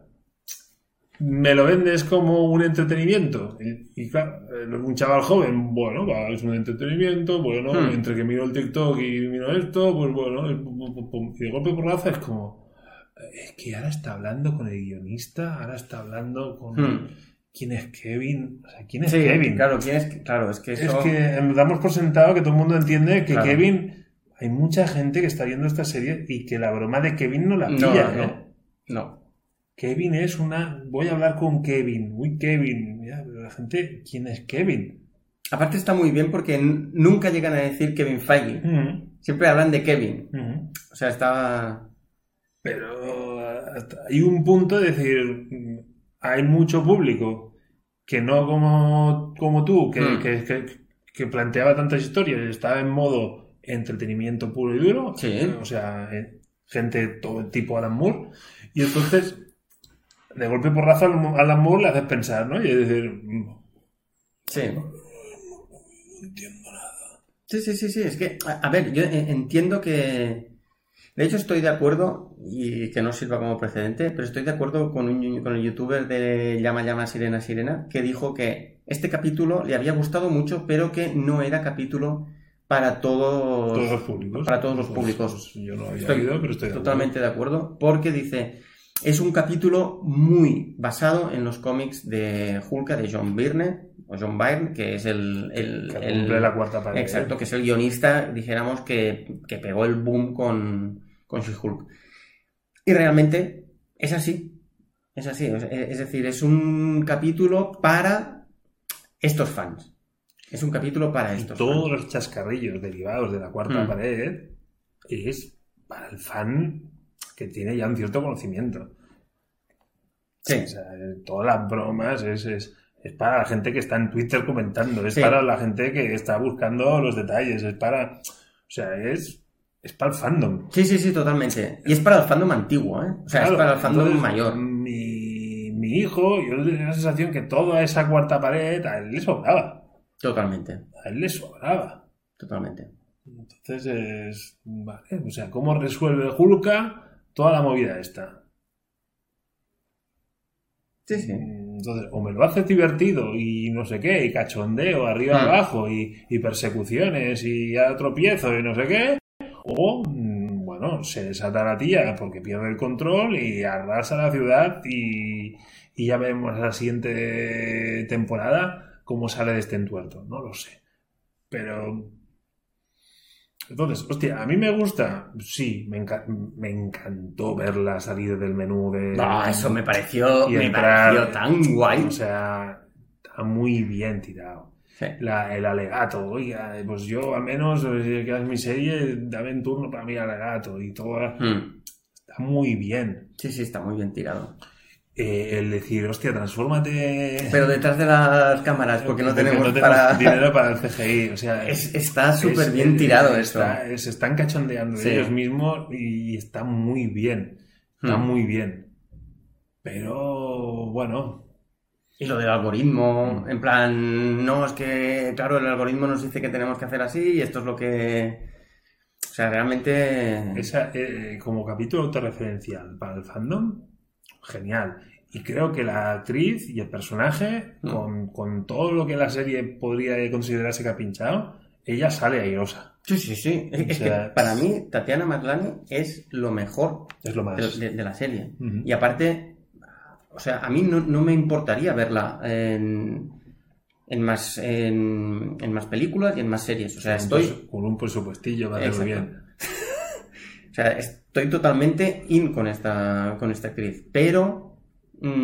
S1: me lo vendes como un entretenimiento. Y, y claro, eh, un chaval joven, bueno, va, es un entretenimiento, bueno,
S2: Hmm.
S1: entre que miro el TikTok y miro esto, pues bueno, y, pum, pum, pum, pum. Y de golpe por raza es como, eh, es que ahora está hablando con el guionista, ahora está hablando con...
S2: Hmm.
S1: ¿Quién es Kevin? O sea, ¿quién es
S2: Sí,
S1: Kevin?
S2: claro, ¿quién es? claro, es que
S1: Es
S2: eso...
S1: que damos por sentado que todo el mundo entiende que
S2: Claro.
S1: Kevin... Hay mucha gente que está viendo esta serie y que la broma de Kevin no la
S2: No,
S1: pilla,
S2: no,
S1: ¿eh?
S2: no.
S1: Kevin es una. Voy a hablar con Kevin. Uy, Kevin. Mira, pero la gente. ¿Quién es Kevin?
S2: Aparte está muy bien porque n- nunca llegan a decir Kevin Feige.
S1: Mm,
S2: Siempre hablan de Kevin.
S1: mm.
S2: O sea, estaba...
S1: Pero hasta- hay un punto de decir, hay mucho público que no como, como tú, que,
S2: Mm.
S1: que- que- que planteaba tantas historias, estaba en modo entretenimiento puro y duro,
S2: Sí.
S1: o sea, eh, gente todo tipo Alan Moore, y entonces, de golpe por raza Alan Moore le haces pensar, ¿no? Y es decir, mm,
S2: Sí. Sí, sí, sí, sí. Es que, a, a ver, yo eh, entiendo que. De hecho, estoy de acuerdo, y que no sirva como precedente, pero estoy de acuerdo con, un, con el youtuber de Llama Llama Sirena Sirena, que dijo que este capítulo le había gustado mucho, pero que no era capítulo para todos.
S1: todos los públicos.
S2: Para todos los
S1: Pues,
S2: públicos.
S1: Yo no había
S2: Estoy
S1: ido, pero estoy de acuerdo.
S2: totalmente de acuerdo, porque dice. Es un capítulo muy basado en los cómics de Hulka, de John Byrne, o John Byrne, que es el, el,
S1: Que
S2: el-
S1: cumple la cuarta pared.
S2: Exacto, que es el guionista, dijéramos, que, que pegó el boom con, con She-Hulk. Y realmente es así. Es así. Es, es decir, es un capítulo para estos fans. Es un capítulo para
S1: Y
S2: estos
S1: todos
S2: fans.
S1: los chascarrillos derivados de la cuarta
S2: Mm.
S1: pared es para el fan que tiene ya un cierto conocimiento.
S2: Sí.
S1: O sea, eh, todas las bromas es, es, es para la gente que está en Twitter comentando, es
S2: Sí.
S1: para la gente que está buscando los detalles, es para... O sea, es, es para el fandom.
S2: sí, sí, sí, totalmente. Y es para el fandom antiguo, ¿eh? O sea,
S1: Claro,
S2: es para el fandom
S1: entonces,
S2: mayor.
S1: Mi, mi hijo, yo tenía la sensación que toda esa cuarta pared a él le sobraba.
S2: Totalmente,
S1: A él le sobraba.
S2: totalmente.
S1: Entonces es. Vale, o sea, ¿cómo resuelve Julka toda la movida esta?
S2: Sí, sí.
S1: Mm, Entonces, o me lo haces divertido y no sé qué, y cachondeo arriba
S2: Ah.
S1: abajo, y, y persecuciones, y a tropiezo y no sé qué, o, mm, bueno, se desata la tía porque pierde el control y arrasa la ciudad y, y ya veremos la siguiente temporada cómo sale de este entuerto, no lo sé. Pero... Entonces, hostia, a mí me gusta, sí, me, enca- me encantó verla salir del menú de...
S2: No, Ah, eso me pareció,
S1: y
S2: me
S1: entrar-
S2: pareció tan guay.
S1: O sea, está muy bien tirado.
S2: Sí.
S1: La- el alegato, oiga, pues yo al menos, eh, que es mi serie, dame un turno para mi alegato y todo.
S2: Mm.
S1: Está muy bien.
S2: Sí, sí, está muy bien tirado.
S1: Eh, el decir, hostia, transfórmate.
S2: Pero detrás de las cámaras, porque no tenemos, para...
S1: dinero para el CGI. O sea,
S2: Es- está
S1: es-
S2: súper bien tirado eso.
S1: está- Se están cachondeando
S2: Sí.
S1: de ellos mismos y está muy bien. Está
S2: Hmm.
S1: muy bien. Pero, bueno,
S2: Y lo del algoritmo,
S1: Mm.
S2: en plan, no, es que, claro, el algoritmo nos dice que tenemos que hacer así y esto es lo que... O sea, realmente...
S1: Esa, eh, como capítulo autorreferencial para el fandom, genial. Y creo que la actriz y el personaje,
S2: Mm.
S1: con, con todo lo que la serie podría considerarse que ha pinchado, ella sale airosa.
S2: Sí, sí, sí. Es, es
S1: O
S2: que
S1: sea,
S2: para mí, Tatiana Maslany es lo mejor
S1: Es lo más.
S2: de, de- de la serie.
S1: Ujú.
S2: Y aparte, o sea, a mí no, no me importaría verla en, en más, en, en más películas y en más series. O
S1: Con
S2: sea,
S1: un
S2: estoy...
S1: presu- Con un presupuestillo va a hacerlo
S2: Exacto.
S1: bien.
S2: O sea, estoy totalmente in con esta, con esta actriz, pero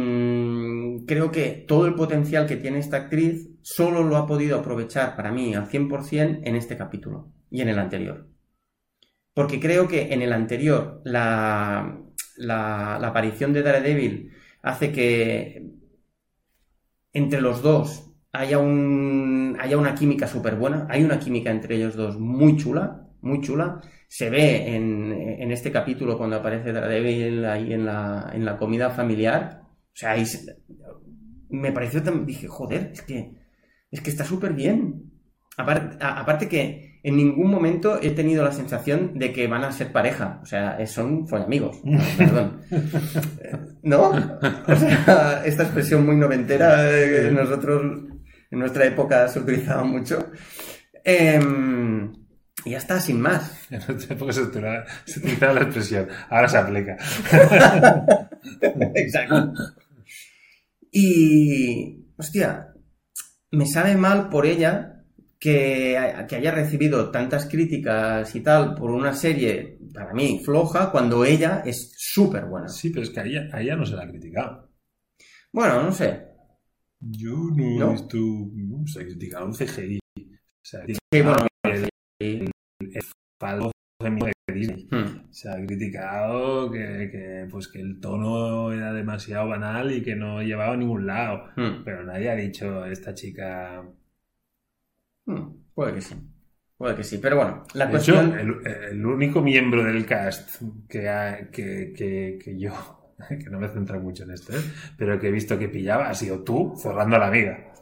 S2: mm, creo que todo el potencial que tiene esta actriz solo lo ha podido aprovechar para mí al 100% en este capítulo y en el anterior. Porque creo que en el anterior la, la- la aparición de Daredevil hace que entre los dos haya, un, haya una química súper buena, hay una química entre ellos dos muy chula, muy chula, se ve en, en este capítulo cuando aparece Daredevil ahí en la, en la comida familiar. O sea, ahí se- me pareció también, dije, joder, es que, es que está súper bien. Aparte, aparte que en ningún momento he tenido la sensación de que van a ser pareja. O sea, eh, son amigos. Perdón. Eh, ¿No? O sea, esta expresión muy noventera eh, que nosotros en nuestra época se utilizaba mucho. Em, y ya está, sin más.
S1: En esta época se utilizaba, se utilizaba la expresión. Ahora se aplica.
S2: Exacto. Y, hostia, me sabe mal por ella que, que haya recibido tantas críticas y tal por una serie, para mí, floja, cuando ella es súper buena.
S1: Sí, pero es que a ella, a ella no se la ha criticado.
S2: Bueno, no sé.
S1: Yo no,
S2: ¿No?
S1: he visto. No, se ha criticado un CGI. O sea,
S2: Sí, bueno,
S1: el
S2: sí.
S1: falso de Disney.
S2: Hmm.
S1: se ha criticado que, que, pues que el tono era demasiado banal y que no llevaba a ningún lado.
S2: Hmm.
S1: Pero nadie ha dicho esta chica.
S2: Hmm, Puede que sí. Puede que sí. Pero bueno, la
S1: De
S2: cuestión.
S1: hecho, el, el único miembro del cast que, ha- que, que, que yo, que no me centro mucho en esto, ¿eh? pero que he visto que pillaba ha sido tú cerrando a la amiga.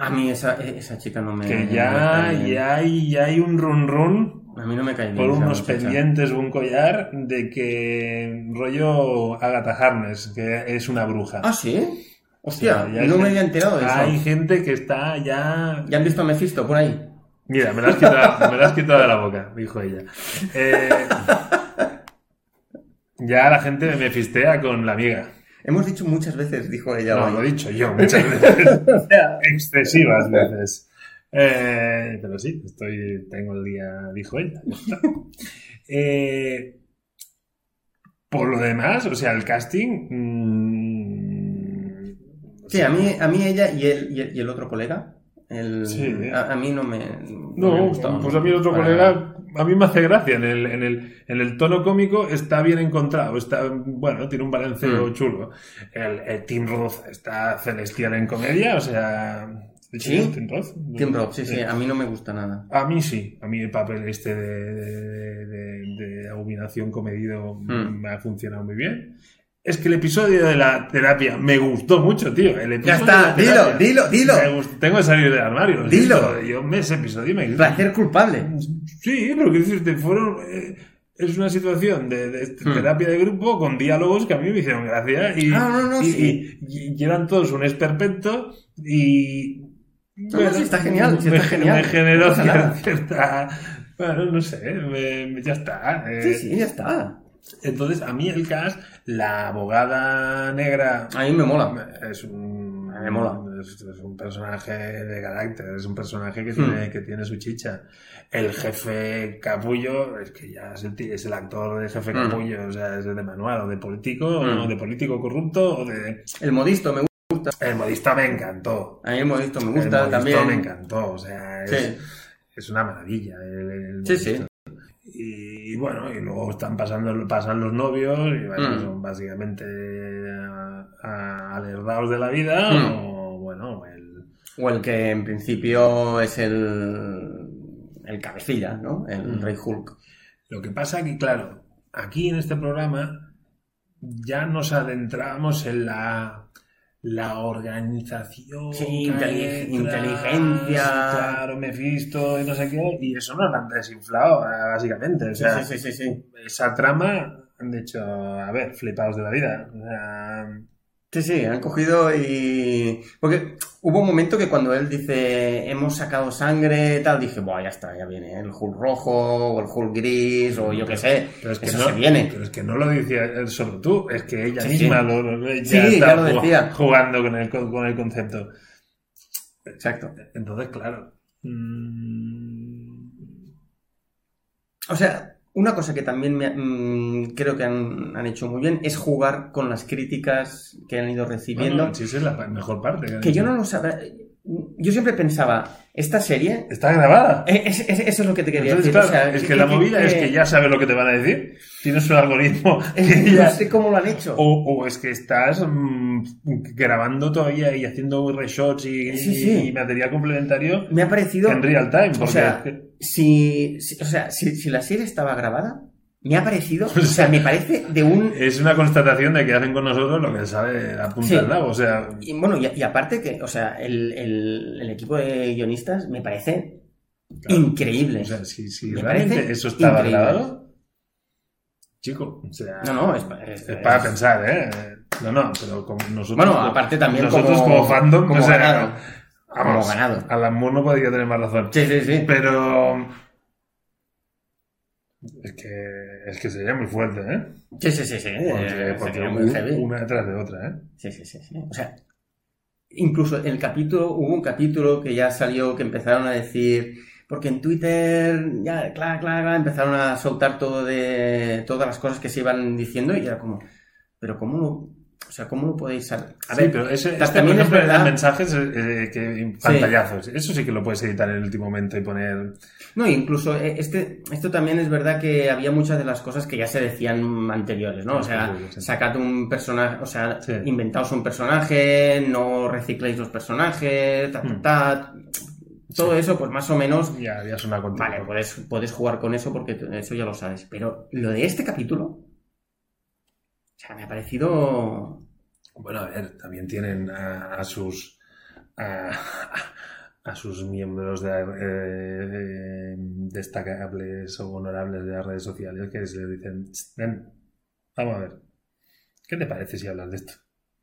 S2: A mí esa, esa chica no me.
S1: Que
S2: no
S1: ya,
S2: me cae bien.
S1: ya, hay, ya hay un run run
S2: A mí no me cae bien.
S1: por
S2: esa
S1: unos
S2: muchacha.
S1: pendientes o un collar de que rollo Agatha Harness, que es una bruja.
S2: Ah, sí. Hostia,
S1: Sí, ya
S2: no
S1: sé.
S2: me había enterado de eso.
S1: Hay gente que está ya...
S2: Ya han visto a Mephisto por ahí.
S1: Mira, me la has quitado, me la has quitado de la boca, dijo ella. Eh, ya la gente me fistea con la amiga.
S2: Hemos dicho muchas veces, dijo ella.
S1: No,
S2: hoy.
S1: lo he dicho yo muchas veces. Excesivas veces. Eh, pero sí, estoy, tengo el día, dijo ella. ya está. Eh, por lo demás, o sea, el casting... mm,
S2: Sí, a mí, a mí ella y el, y el, y el otro colega. El,
S1: Sí.
S2: a, a mí no me.
S1: No,
S2: me gustaba
S1: pues a mí el otro
S2: para nada.
S1: colega, a mí me hace gracia. En el, en el, en el tono cómico está bien encontrado, está, bueno, tiene un balanceo
S2: Mm.
S1: chulo. El, el Tim Roth está celestial en comedia, o sea...
S2: Sí.
S1: Tim Roth. Eh,
S2: Tim Roth, sí, sí, a mí no me gusta nada.
S1: A mí sí, a mí el papel este de, de, de- de abominación comedido
S2: Mm.
S1: me ha funcionado muy bien. Es que el episodio de la terapia me gustó mucho, tío. El episodio
S2: está,
S1: de la
S2: dilo,
S1: terapia.
S2: dilo, dilo.
S1: Pues Me gust- Tengo que salir del armario. lo
S2: Dilo.
S1: siento. Yo me ese episodio me
S2: Placer culpable.
S1: Sí, pero que decirte, fueron. eh, es una situación de, de
S2: Hmm.
S1: terapia de grupo con diálogos que a mí me hicieron gracia y,
S2: Ah, no, no,
S1: y-
S2: sí.
S1: y- y eran todos un esperpento y.
S2: no, sí, está genial, sí,
S1: me,
S2: está genial.
S1: me generó
S2: No pasa nada.
S1: cierta. Bueno, no sé, me- me- ya está. eh.
S2: Sí, sí, ya está.
S1: Entonces, a mí el cast, la abogada negra
S2: A mí me mola.
S1: es un.
S2: Me mola.
S1: Es, es un personaje de carácter, es un personaje que,
S2: Hmm.
S1: tiene, que tiene su chicha. El jefe capullo, es que ya es el, ti- es el actor de jefe
S2: Hmm.
S1: capullo, o sea, es de manual, o de político,
S2: Hmm.
S1: o de político corrupto, o de.
S2: El modisto me gusta.
S1: El modista me encantó.
S2: A mí el modisto me
S1: El
S2: gusta
S1: modisto
S2: también.
S1: me encantó, o sea, es,
S2: Sí,
S1: es una maravilla. el- el
S2: sí, sí.
S1: y bueno, y luego están pasando pasan los novios y bueno,
S2: Mm.
S1: son básicamente a- a- alertados de la vida
S2: Mm.
S1: o bueno, el,
S2: O el que en principio es el. El cabecilla, ¿no? El
S1: Mm.
S2: Rey Hulk.
S1: lo que pasa que claro, aquí en este programa ya nos adentramos en la la organización,
S2: Sí, inteli-
S1: detrás,
S2: inteligencia.
S1: claro, Mephisto y no sé qué, y eso nos lo han desinflado básicamente, o
S2: Sí,
S1: sea,
S2: sí, sí, sí, sí.
S1: esa trama han dicho, a ver, flipados de la vida, o sea,
S2: Sí, sí, han cogido y. Porque hubo un momento que cuando él dice hemos sacado sangre, tal, dije, bueno, ya está, ya viene, ¿eh? el Hulk rojo, o el Hulk gris, o yo qué sé.
S1: Pero es que,
S2: Eso
S1: no,
S2: se viene.
S1: pero es que no lo decía él solo tú, es que ella
S2: Sí,
S1: misma
S2: sí.
S1: lo, lo- ella
S2: Sí,
S1: está
S2: ya lo
S1: ju-
S2: decía.
S1: jugando con el, con el concepto.
S2: Exacto.
S1: Entonces, claro. mm,
S2: O sea, una cosa que también me ha- mm, creo que han, han hecho muy bien es jugar con las críticas que han ido recibiendo.
S1: bueno, sí, esa es la pa- mejor parte. han
S2: que yo
S1: hecho.
S2: no lo sabía. Yo siempre pensaba, esta serie.
S1: Está grabada.
S2: Eh, es- es- eso es lo que te quería
S1: Entonces,
S2: decir.
S1: claro,
S2: o sea,
S1: es que la movida es que ya sabes lo que te van a decir. Tienes un algoritmo. que
S2: No
S1: ya-
S2: sé cómo lo han hecho.
S1: o, o es que estás mm, grabando todavía y haciendo reshots y,
S2: Sí, sí.
S1: y material complementario
S2: Me ha parecido.
S1: en real time. Porque,
S2: O sea,
S1: es que-
S2: si, si- o sea, si, si la serie estaba grabada, me ha parecido, o sea, me parece de un...
S1: Es una constatación de que hacen con nosotros lo que sabe la punta
S2: Sí.
S1: del lago. O sea,
S2: Y bueno, y, y aparte que, o sea, el, el- el equipo de guionistas me parece
S1: claro,
S2: increíble.
S1: o sea, si, si
S2: Me
S1: realmente
S2: parece
S1: eso estaba
S2: increíble.
S1: grabado, chico, o sea,
S2: no, no, es, pa- es-
S1: es para
S2: es-
S1: pensar, ¿eh? No, no, pero con nosotros.
S2: Bueno,
S1: como-
S2: aparte también
S1: Nosotros como,
S2: como,
S1: fandom,
S2: como
S1: o sea,
S2: ganado.
S1: vamos,
S2: como ganado.
S1: Alan Moore no podría tener más razón.
S2: Sí, sí, sí.
S1: Pero. Es que, es que sería muy fuerte, ¿eh?
S2: Sí, sí, sí, sí.
S1: Porque,
S2: Eh,
S1: porque
S2: sería muy heavy.
S1: un- una detrás de otra, ¿eh?
S2: Sí, sí, sí, sí. O sea, incluso el capítulo, hubo un capítulo que ya salió, que empezaron a decir, porque en Twitter, ya, claro, claro, empezaron a soltar todo de todas las cosas que se iban diciendo y era como, pero ¿cómo lo, O sea, ¿cómo lo podéis saber?
S1: A
S2: Sí,
S1: ver, pero ese,
S2: Ta-
S1: este,
S2: también
S1: por
S2: es
S1: ejemplo,
S2: verdad.
S1: en mensajes, eh, que, pantallazos. Eso sí que lo puedes editar en el último momento y poner.
S2: No, incluso eh, este, esto también es verdad que había muchas de las cosas que ya se decían anteriores, ¿no? O sea,
S1: Sí.
S2: sacad un personaje, o sea,
S1: Sí.
S2: inventaos un personaje, no recicléis los personajes, ta, ta,
S1: Hmm.
S2: ta. Todo eso, pues más o menos,
S1: Ya, ya suena con
S2: vale,
S1: tiempo.
S2: puedes, puedes jugar con eso porque tú- eso ya lo sabes. Pero lo de este capítulo, o sea, me ha parecido...
S1: Bueno, a ver, también tienen a, a sus. A, a sus miembros de, eh, destacables o honorables de las redes sociales que les dicen: "Tss, ven, vamos a ver. ¿Qué te parece si hablas de esto?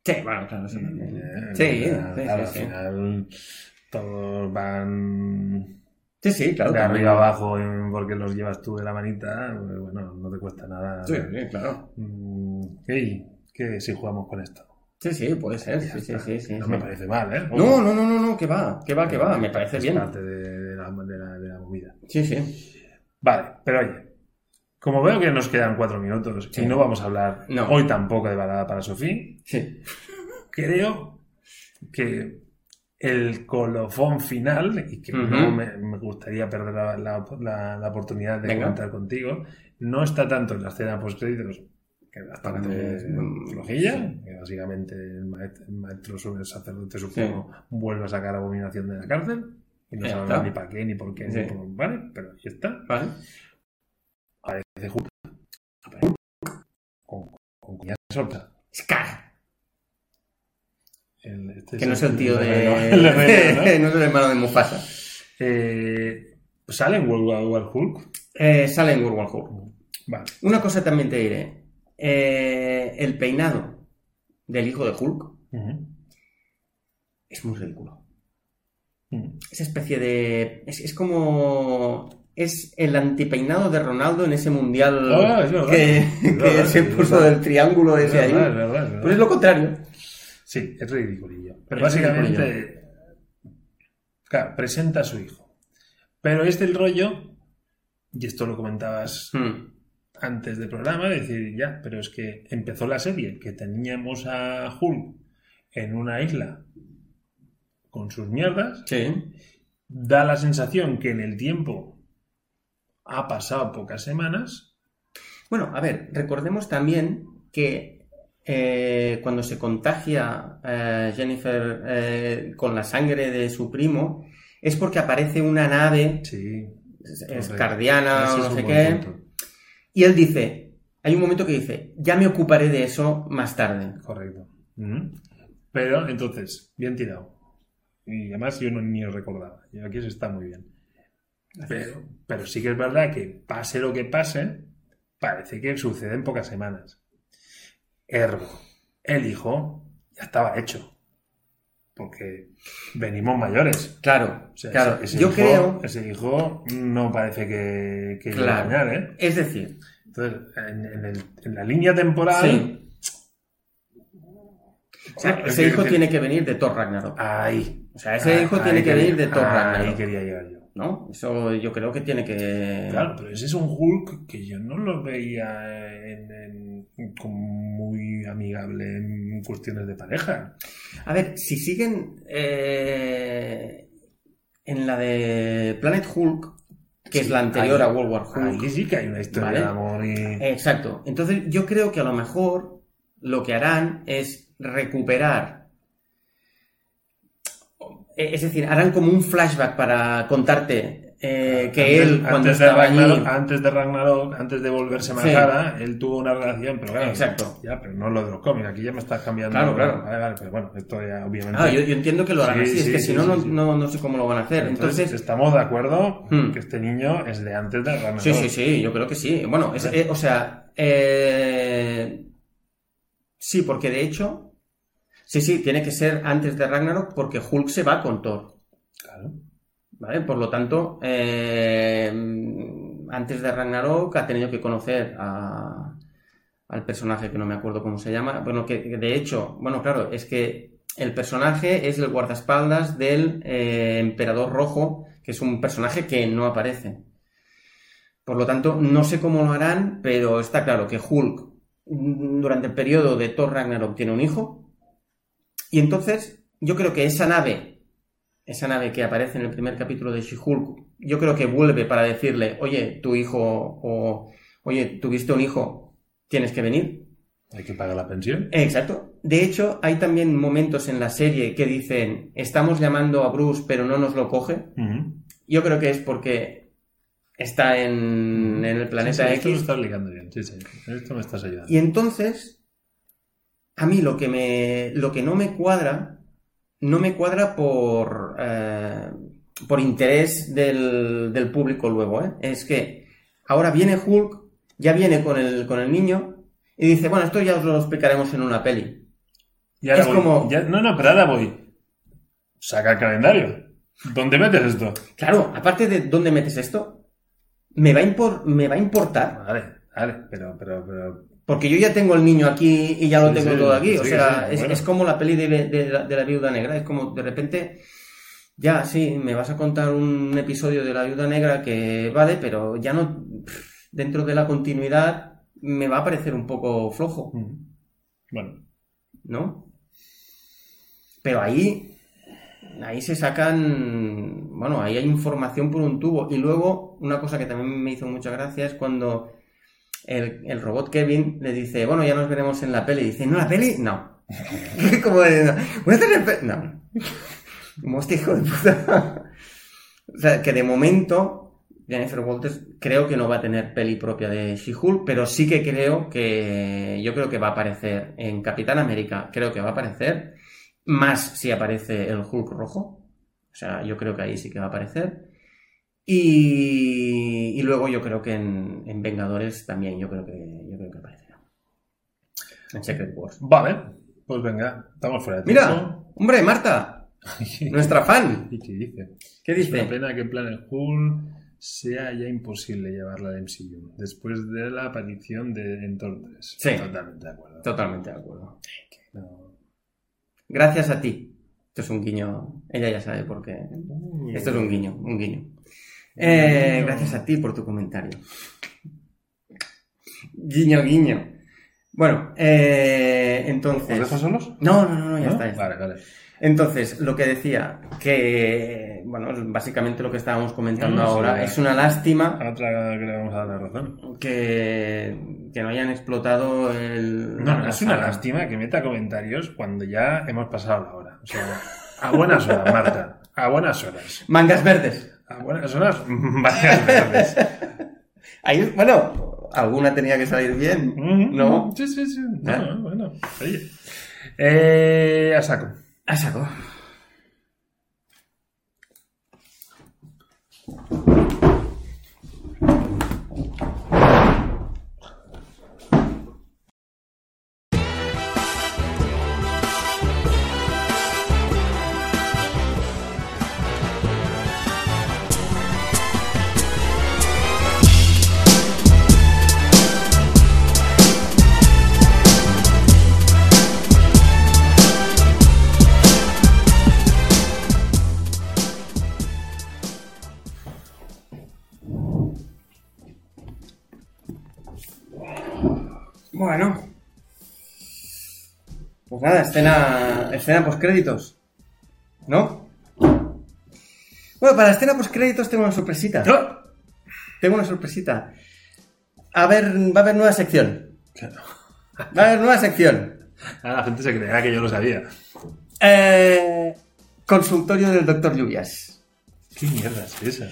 S2: Sí, bueno, claro, eso también.
S1: Eh,
S2: Mm. Sí,
S1: claro,
S2: sí, sí,
S1: al
S2: sí.
S1: final todos van
S2: Sí, sí, claro.
S1: de
S2: también.
S1: arriba abajo eh, porque los llevas tú de la manita, eh, bueno, no te cuesta nada.
S2: Sí, sí, claro.
S1: Mm, ey, ¿qué si jugamos con esto?
S2: Sí, sí, puede ser.
S1: Ya
S2: Sí, sí,
S1: está.
S2: sí, sí,
S1: no
S2: sí.
S1: me parece mal, ¿eh?
S2: No, no, no, no, no, que va, que va, que va, me parece
S1: es
S2: bien.
S1: parte de, de la, de la- de la movida.
S2: Sí, sí.
S1: Vale, pero oye, como veo que nos quedan cuatro minutos
S2: Sí.
S1: y no vamos a hablar
S2: No.
S1: hoy tampoco de balada para Sofía,
S2: Sí.
S1: creo que el colofón final, y que
S2: Ujú.
S1: no me, me gustaría perder la, la- la- la oportunidad de
S2: Venga.
S1: contar contigo, no está tanto en la escena post-créditos, que es bastante
S2: Mm,
S1: flojilla,
S2: sí.
S1: que básicamente el maestro, el maestro sube- el sacerdote supremo vuelve a sacar abominación de la cárcel, y no
S2: Ya
S1: sabemos
S2: está.
S1: ni para qué, ni por qué,
S2: Sí.
S1: ni por vale, pero ahí está.
S2: Vale.
S1: Aparece Hulk con, con cuñada sorda.
S2: Scar,
S1: El- este
S2: que no es el tío de.
S1: el reno, ¿no?
S2: no es el hermano de Mufasa.
S1: Eh, ¿Sale en World War Hulk?
S2: Eh, sale en World War Hulk.
S1: Vale.
S2: Una cosa también te diré. Eh, el peinado del hijo de Hulk
S1: Ujú.
S2: es muy ridículo.
S1: Ujú.
S2: Esa especie de. Es, es como. Es el antipeinado de Ronaldo en ese mundial
S1: Ah, es verdad.
S2: que,
S1: Es
S2: que
S1: verdad,
S2: se
S1: es
S2: puso
S1: verdad.
S2: del triángulo
S1: Es
S2: ese ahí.
S1: verdad, es verdad, es verdad.
S2: Pues es lo contrario.
S1: Sí, es ridiculillo. Pero
S2: Es
S1: básicamente, claro, presenta a su hijo. Pero es del rollo, y esto lo comentabas
S2: Hmm.
S1: antes del programa, decir, ya, pero es que empezó la serie, que teníamos a Hulk en una isla con sus mierdas,
S2: Sí.
S1: da la sensación que en el tiempo ha pasado pocas semanas.
S2: Bueno, a ver, recordemos también que eh, cuando se contagia eh, Jennifer eh, con la sangre de su primo, es porque aparece una nave
S1: Sí,
S2: escardiana o
S1: Ese es
S2: Ah, no
S1: un
S2: sé
S1: buen
S2: qué,
S1: punto.
S2: y él dice, hay un momento que dice, ya me ocuparé de eso más tarde.
S1: Correcto. Ujú. Pero entonces, bien tirado. Y además yo no, ni os recordaba. Y aquí se está muy bien. Pero, pero sí que es verdad que pase lo que pase, parece que sucede en pocas semanas. Ergo, el hijo ya estaba hecho. Porque venimos mayores.
S2: Claro,
S1: O sea,
S2: claro,
S1: ese- ese
S2: yo
S1: hijo-
S2: creo,
S1: Ese hijo no parece que, que
S2: Claro.
S1: llegue a añadir, ¿eh?
S2: es decir,
S1: Entonces, en, en el- en la línea temporal.
S2: Sí. o sea,
S1: Bueno,
S2: ese
S1: es
S2: hijo
S1: Ah, que-
S2: tiene que venir de Thor Ragnarok.
S1: Ahí.
S2: O sea, ese hijo tiene que venir de Thor
S1: Ahí
S2: Ragnarok,
S1: quería llegar yo.
S2: ¿no? Eso yo creo que tiene que...
S1: Claro, pero ese es un Hulk que yo no lo veía en- en- como muy amigable en cuestiones de pareja.
S2: A ver, si siguen eh, en la de Planet Hulk, que es
S1: Sí,
S2: la anterior
S1: ahí-
S2: a World War Hulk.
S1: Ahí sí que hay una historia
S2: Vale.
S1: de amor y...
S2: Exacto. Entonces yo creo que a lo mejor lo que harán es recuperar. Eh, Es decir, harán como un flashback para contarte eh, que
S1: Antes-
S2: él cuando
S1: antes de, ah,
S2: estaba allí.
S1: Ragnarok, antes de Ragnarok, antes de volverse Mahara, él tuvo una relación, pero claro,
S2: Exacto.
S1: ya, pero no lo de los cómics, aquí ya me estás cambiando.
S2: Claro, claro.
S1: Vale, vale, pero bueno, esto ya obviamente...
S2: Ah, yo, yo entiendo que lo harán
S1: Sí,
S2: así, es
S1: sí,
S2: que
S1: sí,
S2: si no,
S1: sí,
S2: no,
S1: sí.
S2: no- no sé cómo lo van a hacer.
S1: Entonces,
S2: Entonces,
S1: estamos de acuerdo
S2: Hmm.
S1: que este niño es de antes de Ragnarok.
S2: Sí, sí, sí, yo creo que sí. Bueno, es- eh, o sea, eh, sí, porque de hecho, sí, sí, tiene que ser antes de Ragnarok porque Hulk se va con Thor,
S1: Claro.
S2: ¿vale? Por lo tanto, eh, antes de Ragnarok ha tenido que conocer a- al personaje que no me acuerdo cómo se llama. Bueno, que que de hecho, bueno, claro, es que el personaje es el guardaespaldas del eh, emperador rojo, que es un personaje que no aparece. Por lo tanto, no sé cómo lo harán, pero está claro que Hulk durante el periodo de Thor Ragnarok tiene un hijo. Y entonces yo creo que esa nave, esa nave que aparece en el primer capítulo de She-Hulk, yo creo que vuelve para decirle, oye, tu hijo o oye, tuviste un hijo, tienes que venir.
S1: Hay que pagar la pensión.
S2: Exacto. De hecho, hay también momentos en la serie que dicen, estamos llamando a Bruce pero no nos lo coge.
S1: Ujú.
S2: Yo creo que es porque está en, en el planeta
S1: Sí, sí, Esto lo
S2: X.
S1: estás ligando bien. Sí, sí. En Esto me estás ayudando.
S2: Y entonces, a mí lo que, me, lo que no me cuadra, no me cuadra por, eh, por interés del, del público luego. ¿eh? Es que ahora viene Hulk, ya viene con el, con el niño y dice, bueno, esto ya os lo explicaremos en una peli.
S1: Y ahora
S2: Es
S1: voy.
S2: como-
S1: Ya- no, no, pero ahora voy. Saca el calendario. ¿Dónde metes esto?
S2: Claro, aparte de dónde metes esto, me va a, impor- me va a importar.
S1: Vale, vale, pero, pero, pero.
S2: Porque yo ya tengo el niño aquí y ya lo
S1: Sí,
S2: tengo
S1: sí,
S2: todo aquí. o
S1: sí,
S2: sea,
S1: sí,
S2: es,
S1: bueno.
S2: es como la peli de, de la, de la viuda negra. Es como de repente, ya, sí, me vas a contar un episodio de la viuda negra que vale, pero ya no. pff, Dentro de la continuidad me va a parecer un poco flojo,
S1: Ujú. Bueno,
S2: ¿no? Pero ahí. Ahí se sacan. Bueno, ahí hay información por un tubo. Y luego, una cosa que también me hizo mucha gracia es cuando el, el robot Kevin le dice, bueno, ya nos veremos en la peli. dice, ¿no la peli? No. Como de, no. ¿Voy a tener peli? No. Como este hijo de puta. o sea, que de momento Jennifer Walters creo que no va a tener peli propia de She-Hulk, pero sí que creo que yo creo que va a aparecer en Capitán América, creo que va a aparecer, más si aparece el Hulk rojo. O sea, yo creo que ahí sí que va a aparecer. Y, y luego yo creo que en, en Vengadores también, yo creo que, yo creo que aparecerá. En Secret Wars.
S1: vale. Pues venga, estamos fuera de
S2: Mira, hombre, Marta,
S1: tiempo.
S2: nuestra fan.
S1: ¿Y qué dice?
S2: ¿Qué
S1: Es una
S2: dice?
S1: pena que en plan el Hulk sea ya imposible llevarla al MCU después de la aparición de en Thor 3.
S2: Sí.
S1: Totalmente de acuerdo.
S2: Totalmente de acuerdo.
S1: No.
S2: Gracias a ti. Esto es un guiño. Ella ya sabe por qué. Esto es un guiño, un guiño. Eh,
S1: Guiño.
S2: gracias a ti por tu comentario. Guiño, guiño. Bueno, eh,
S1: ¿Os
S2: entonces...
S1: dejo solos?
S2: No, no, no, no, ya
S1: ¿No?
S2: está. ya está.
S1: Vale, vale.
S2: Entonces, lo que decía, que, bueno, es básicamente lo que estábamos comentando
S1: No, no,
S2: ahora,
S1: sí,
S2: es una lástima
S1: Otra que le vamos a dar la razón.
S2: que, que no hayan explotado el...
S1: No, no,
S2: la
S1: es una
S2: saga.
S1: lástima que meta comentarios cuando ya hemos pasado la hora. O sea, a buenas horas, Marta. A buenas horas.
S2: Mangas verdes.
S1: A buenas horas, varias veces.
S2: Ahí, bueno, alguna tenía que salir bien,
S1: Mm,
S2: ¿no?
S1: Sí, sí, sí. No,
S2: Ah.
S1: bueno. Oye. Eh, a saco.
S2: A Ah, saco. Bueno. Pues nada, escena, escena postcréditos. ¿No? Bueno, para la escena postcréditos tengo una sorpresita.
S1: ¡No!
S2: Tengo una sorpresita. A ver, va a haber nueva sección. Va a haber nueva sección.
S1: Ahora Ah, la gente se creerá que yo lo sabía.
S2: Eh, consultorio del doctor Lluvias.
S1: ¿Qué mierda es esa?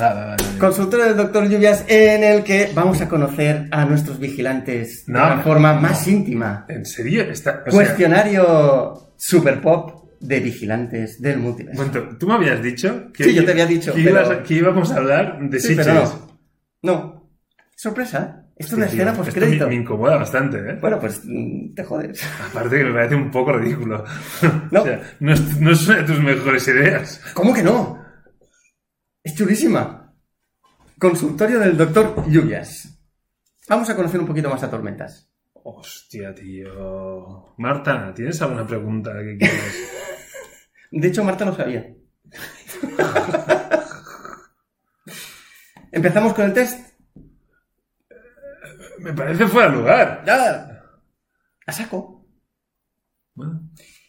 S1: Va, va, va, va.
S2: Consultorio del doctor Lluvias en el que vamos a conocer a nuestros vigilantes de
S1: No,
S2: una forma
S1: no.
S2: más íntima.
S1: ¿En serio? Está, o sea,
S2: Cuestionario super pop de vigilantes del
S1: un
S2: multiverso.
S1: momento, tú me habías dicho que,
S2: Sí, yo te había dicho,
S1: que,
S2: pero-
S1: ibas a- que íbamos a hablar de
S2: Sí, pero
S1: Sitges.
S2: no. No. Sorpresa. Esto
S1: Hostia,
S2: es una
S1: tío,
S2: escena
S1: esto
S2: postcrédito.
S1: Me, me incomoda bastante, ¿eh?
S2: Bueno, pues mm, te jodes.
S1: Aparte que me parece un poco ridículo.
S2: No.
S1: o sea, no es, no es una de tus mejores ideas.
S2: ¿Cómo que no? Es chulísima. Consultorio del doctor Lluvias. Vamos a conocer un poquito más a Tormentas.
S1: Hostia, tío. Marta, ¿tienes alguna pregunta que quieras?
S2: De hecho, Marta lo sabía. ¿Empezamos con el test?
S1: Me parece fuera de lugar.
S2: Ya. A saco.
S1: Bueno,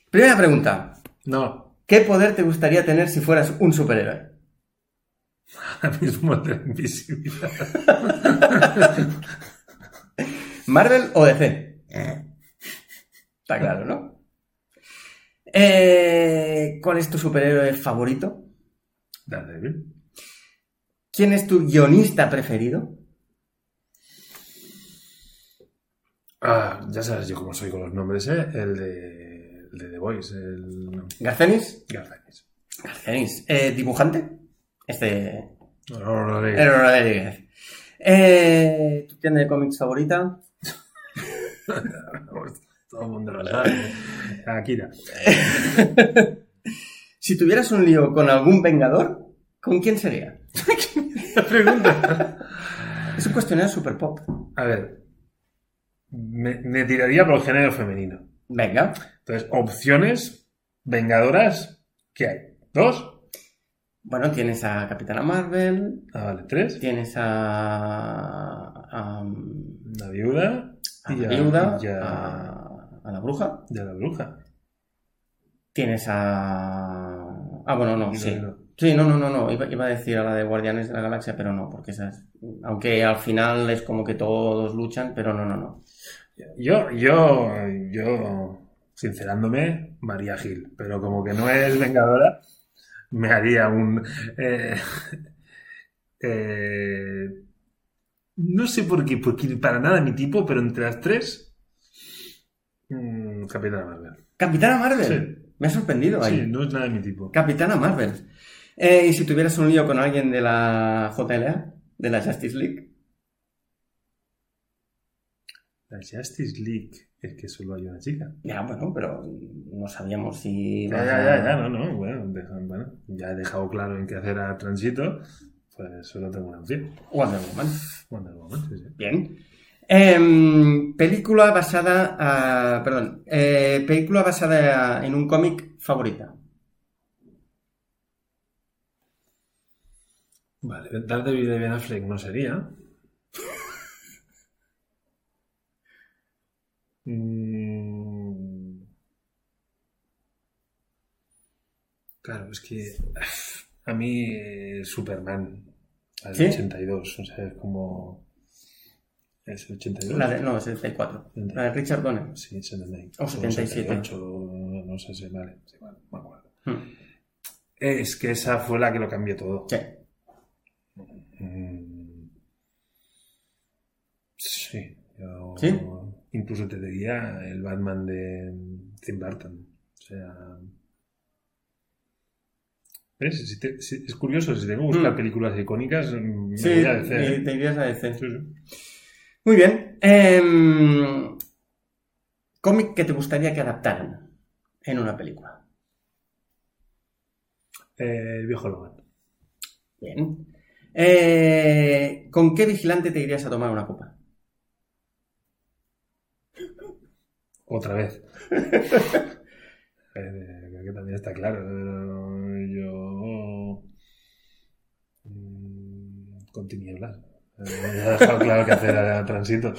S2: Primera pregunta.
S1: No,
S2: ¿Qué poder te gustaría tener si fueras un superhéroe?
S1: ahora mismo de invisibilidad.
S2: ¿Marvel o DC? Está claro, ¿no? Eh, ¿Cuál es tu superhéroe favorito?
S1: Daredevil.
S2: ¿Quién es tu guionista preferido?
S1: Ah, ya sabes yo cómo soy con los nombres, ¿eh? El de, el de The Voice, el
S2: ¿Garcenis?
S1: Garzanis.
S2: ¿Garcenis? Eh, ¿Dibujante? Este...
S1: No, no, no, no,
S2: Héroe Rodríguez. Eh, ¿Tu tienda de cómics favorita?
S1: no, Todo el mundo lo sabe. Akira.
S2: Si tuvieras un lío con algún vengador, ¿con quién sería?
S1: Pregunta.
S2: Es un cuestionario super pop.
S1: A ver. Me, me tiraría por el género femenino.
S2: Venga.
S1: Entonces, opciones vengadoras, ¿qué hay? ¿Dos?
S2: Bueno, tienes a Capitana Marvel,
S1: Ah, vale, tres.
S2: tienes a. a,
S1: La viuda
S2: a
S1: y
S2: la
S1: a-
S2: viuda,
S1: y a-
S2: a, a la bruja,
S1: de la bruja.
S2: tienes a. Ah, bueno, no,
S1: Y
S2: sí.
S1: no-
S2: Sí, no, no, no, no. Iba, iba a decir a la de Guardianes de la Galaxia, pero no, porque esas. Aunque al final es como que todos luchan, pero no, no, no.
S1: Yo, yo, yo, sincerándome, María Gil, pero como que no es vengadora, me haría un... eh, eh, no sé por qué, porque para nada mi tipo, pero entre las tres, mm, Capitana Marvel.
S2: Capitana Marvel.
S1: Sí,
S2: Me ha sorprendido ahí.
S1: sí, no es nada de mi tipo.
S2: Capitana Marvel. Eh, ¿Y si tuvieras un lío con alguien de la JLA? ¿De la Justice League?
S1: La Justice League, es que solo hay una chica.
S2: Ya, bueno, pero no sabíamos si...
S1: Ya,
S2: vas
S1: ya,
S2: a-
S1: ya, ya, no, no, bueno, deja- bueno, ya he dejado claro en qué hacer a Transito, pues solo tengo una opción.
S2: Wonder Woman.
S1: Wonder Woman, sí, sí.
S2: Bien. Em, película basada... ah, perdón. eh, película basada en un cómic favorita.
S1: Vale, Daredevil de Ben Affleck no sería. Mm. Claro, es que a mí eh, Superman, al
S2: ¿Sí?
S1: 82, o sea, es como... Es 82.
S2: La de, no, 74. La de Richard Donner.
S1: Sí, 78.
S2: O 77.
S1: 78, no sé si vale. sí, vale, me acuerdo.
S2: Hmm.
S1: Es que esa fue la que lo cambió todo.
S2: Sí.
S1: Mm. Sí, yo
S2: ¿Sí?
S1: incluso te diría el Batman de Tim Burton. O sea. ¿Ves? Si te- si- es curioso, si tengo que buscar
S2: Mm.
S1: películas icónicas, mm, me
S2: Sí,
S1: voy a decir.
S2: te te irías a DC.
S1: Sí, sí.
S2: Muy bien. Em, cómic que te gustaría que adaptaran en una película.
S1: Eh, el viejo Logan.
S2: Bien. Eh, ¿Con qué vigilante te irías a tomar una copa?
S1: Otra vez. Eh, creo que también está claro, pero yo. mm, Con tinieblas. Eh, Ya he dejado claro que hacer a Transito.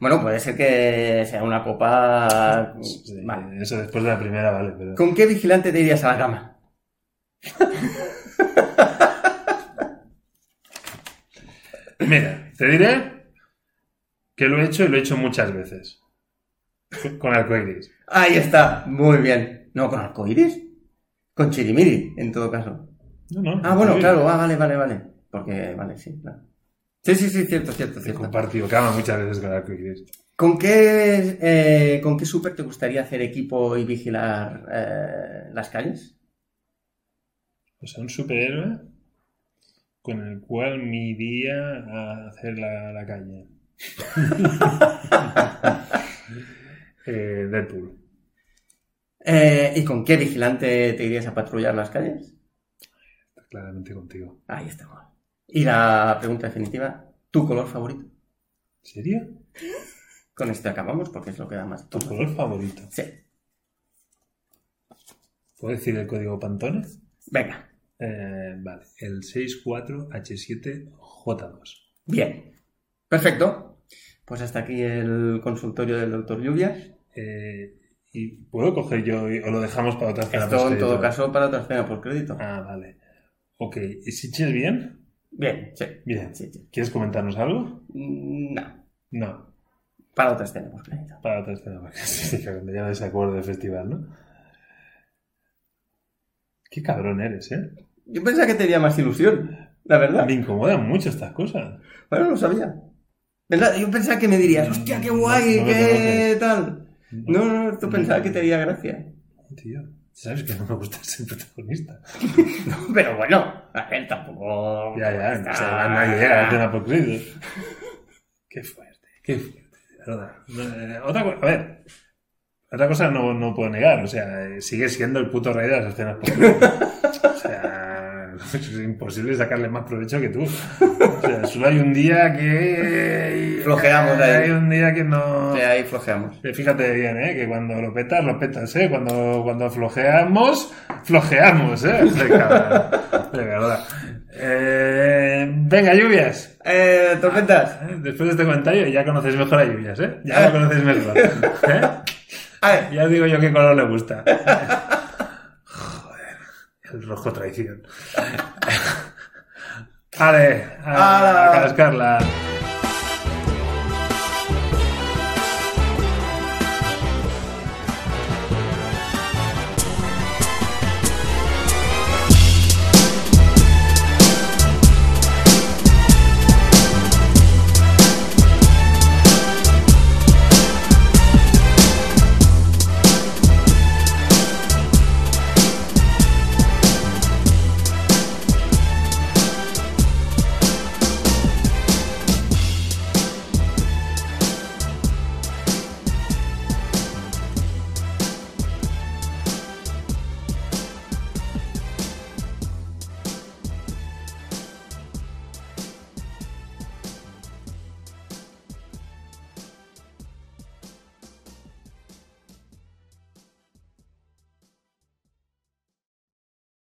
S2: Bueno, puede ser que sea una copa.
S1: Sí,
S2: Vale.
S1: Eso después de la primera vale, pero.
S2: ¿Con qué vigilante te irías a la cama?
S1: Mira, te diré que lo he hecho y lo he hecho muchas veces. Con arcoiris.
S2: Ahí está, muy bien. No, con arcoíris. Con chirimiri, en todo caso.
S1: No, no.
S2: Ah, bueno,
S1: arcoiris.
S2: claro, ah, vale, vale, vale. Porque, vale, sí, claro. Sí, sí, sí, cierto, cierto,
S1: He
S2: cierto.
S1: compartido cama muchas veces con arcoiris.
S2: ¿Con qué, eh, ¿Con qué super te gustaría hacer equipo y vigilar eh, las calles?
S1: O sea, un superhéroe con el cual me iría a hacer la, la calle. Eh, Deadpool.
S2: Eh, ¿Y con qué vigilante te irías a patrullar las calles?
S1: Claramente contigo.
S2: Ahí estamos. Y la pregunta definitiva, ¿tu color favorito?
S1: ¿Sería
S2: Con este acabamos porque es lo que da más.
S1: tu color favorito?
S2: Sí.
S1: ¿Puedo decir el código Pantone?
S2: Venga.
S1: Eh, vale, el 64H7J2.
S2: Bien. Perfecto. Pues hasta aquí el consultorio del doctor Lluvias.
S1: Eh, ¿Y puedo coger yo y- o lo dejamos para otra escena
S2: Esto en
S1: postcrédito?
S2: todo caso para otra escena por crédito.
S1: Ah, vale. Ok, ¿y si chillas bien?
S2: Bien, sí.
S1: Bien.
S2: Sí, sí.
S1: ¿Quieres comentarnos algo?
S2: Mm, No,
S1: No,
S2: para otra escena por crédito.
S1: para otra escena, porque sí, cabrón, ya no se acuerda del festival, ¿no? Qué cabrón eres, ¿eh?
S2: Yo pensaba que tenía más ilusión, la verdad.
S1: Me incomodan mucho estas cosas.
S2: Bueno, no lo sabía. Pensaba- yo pensaba que me dirías, hostia, qué guay,
S1: No, no,
S2: qué tal.
S1: No,
S2: No, no, no, tú pensabas que te haría gracia.
S1: tío. Sabes que no me gusta ser protagonista.
S2: Pero bueno, a ver, tampoco.
S1: Ya, ya,
S2: Está-
S1: no se va nadie llega a la escena postcrédito. Qué fuerte, qué fuerte, de verdad. No, eh, Otra, co- a ver, otra cosa no, no puedo negar, o sea, eh, sigue siendo el puto rey de las escenas postcrédito. O sea, es imposible sacarle más provecho que tú. O sea, solo hay un día que...
S2: Flojeamos ahí.
S1: Hay un día que no...
S2: Sí, ahí flojeamos.
S1: Eh, Fíjate bien, ¿eh? que cuando lo petas, lo petas, ¿eh? Cuando, cuando flojeamos, flojeamos, ¿eh? De, cabrón. De verdad. Eh, venga, lluvias.
S2: Eh, tormentas.
S1: Eh, Después de este comentario ya conocéis mejor a lluvias, ¿eh? Ya lo conocéis mejor. ¿eh?
S2: A ver,
S1: Ya digo yo qué color le gusta. Joder, el rojo traición. Vale, a, a
S2: Ala.
S1: cascarla.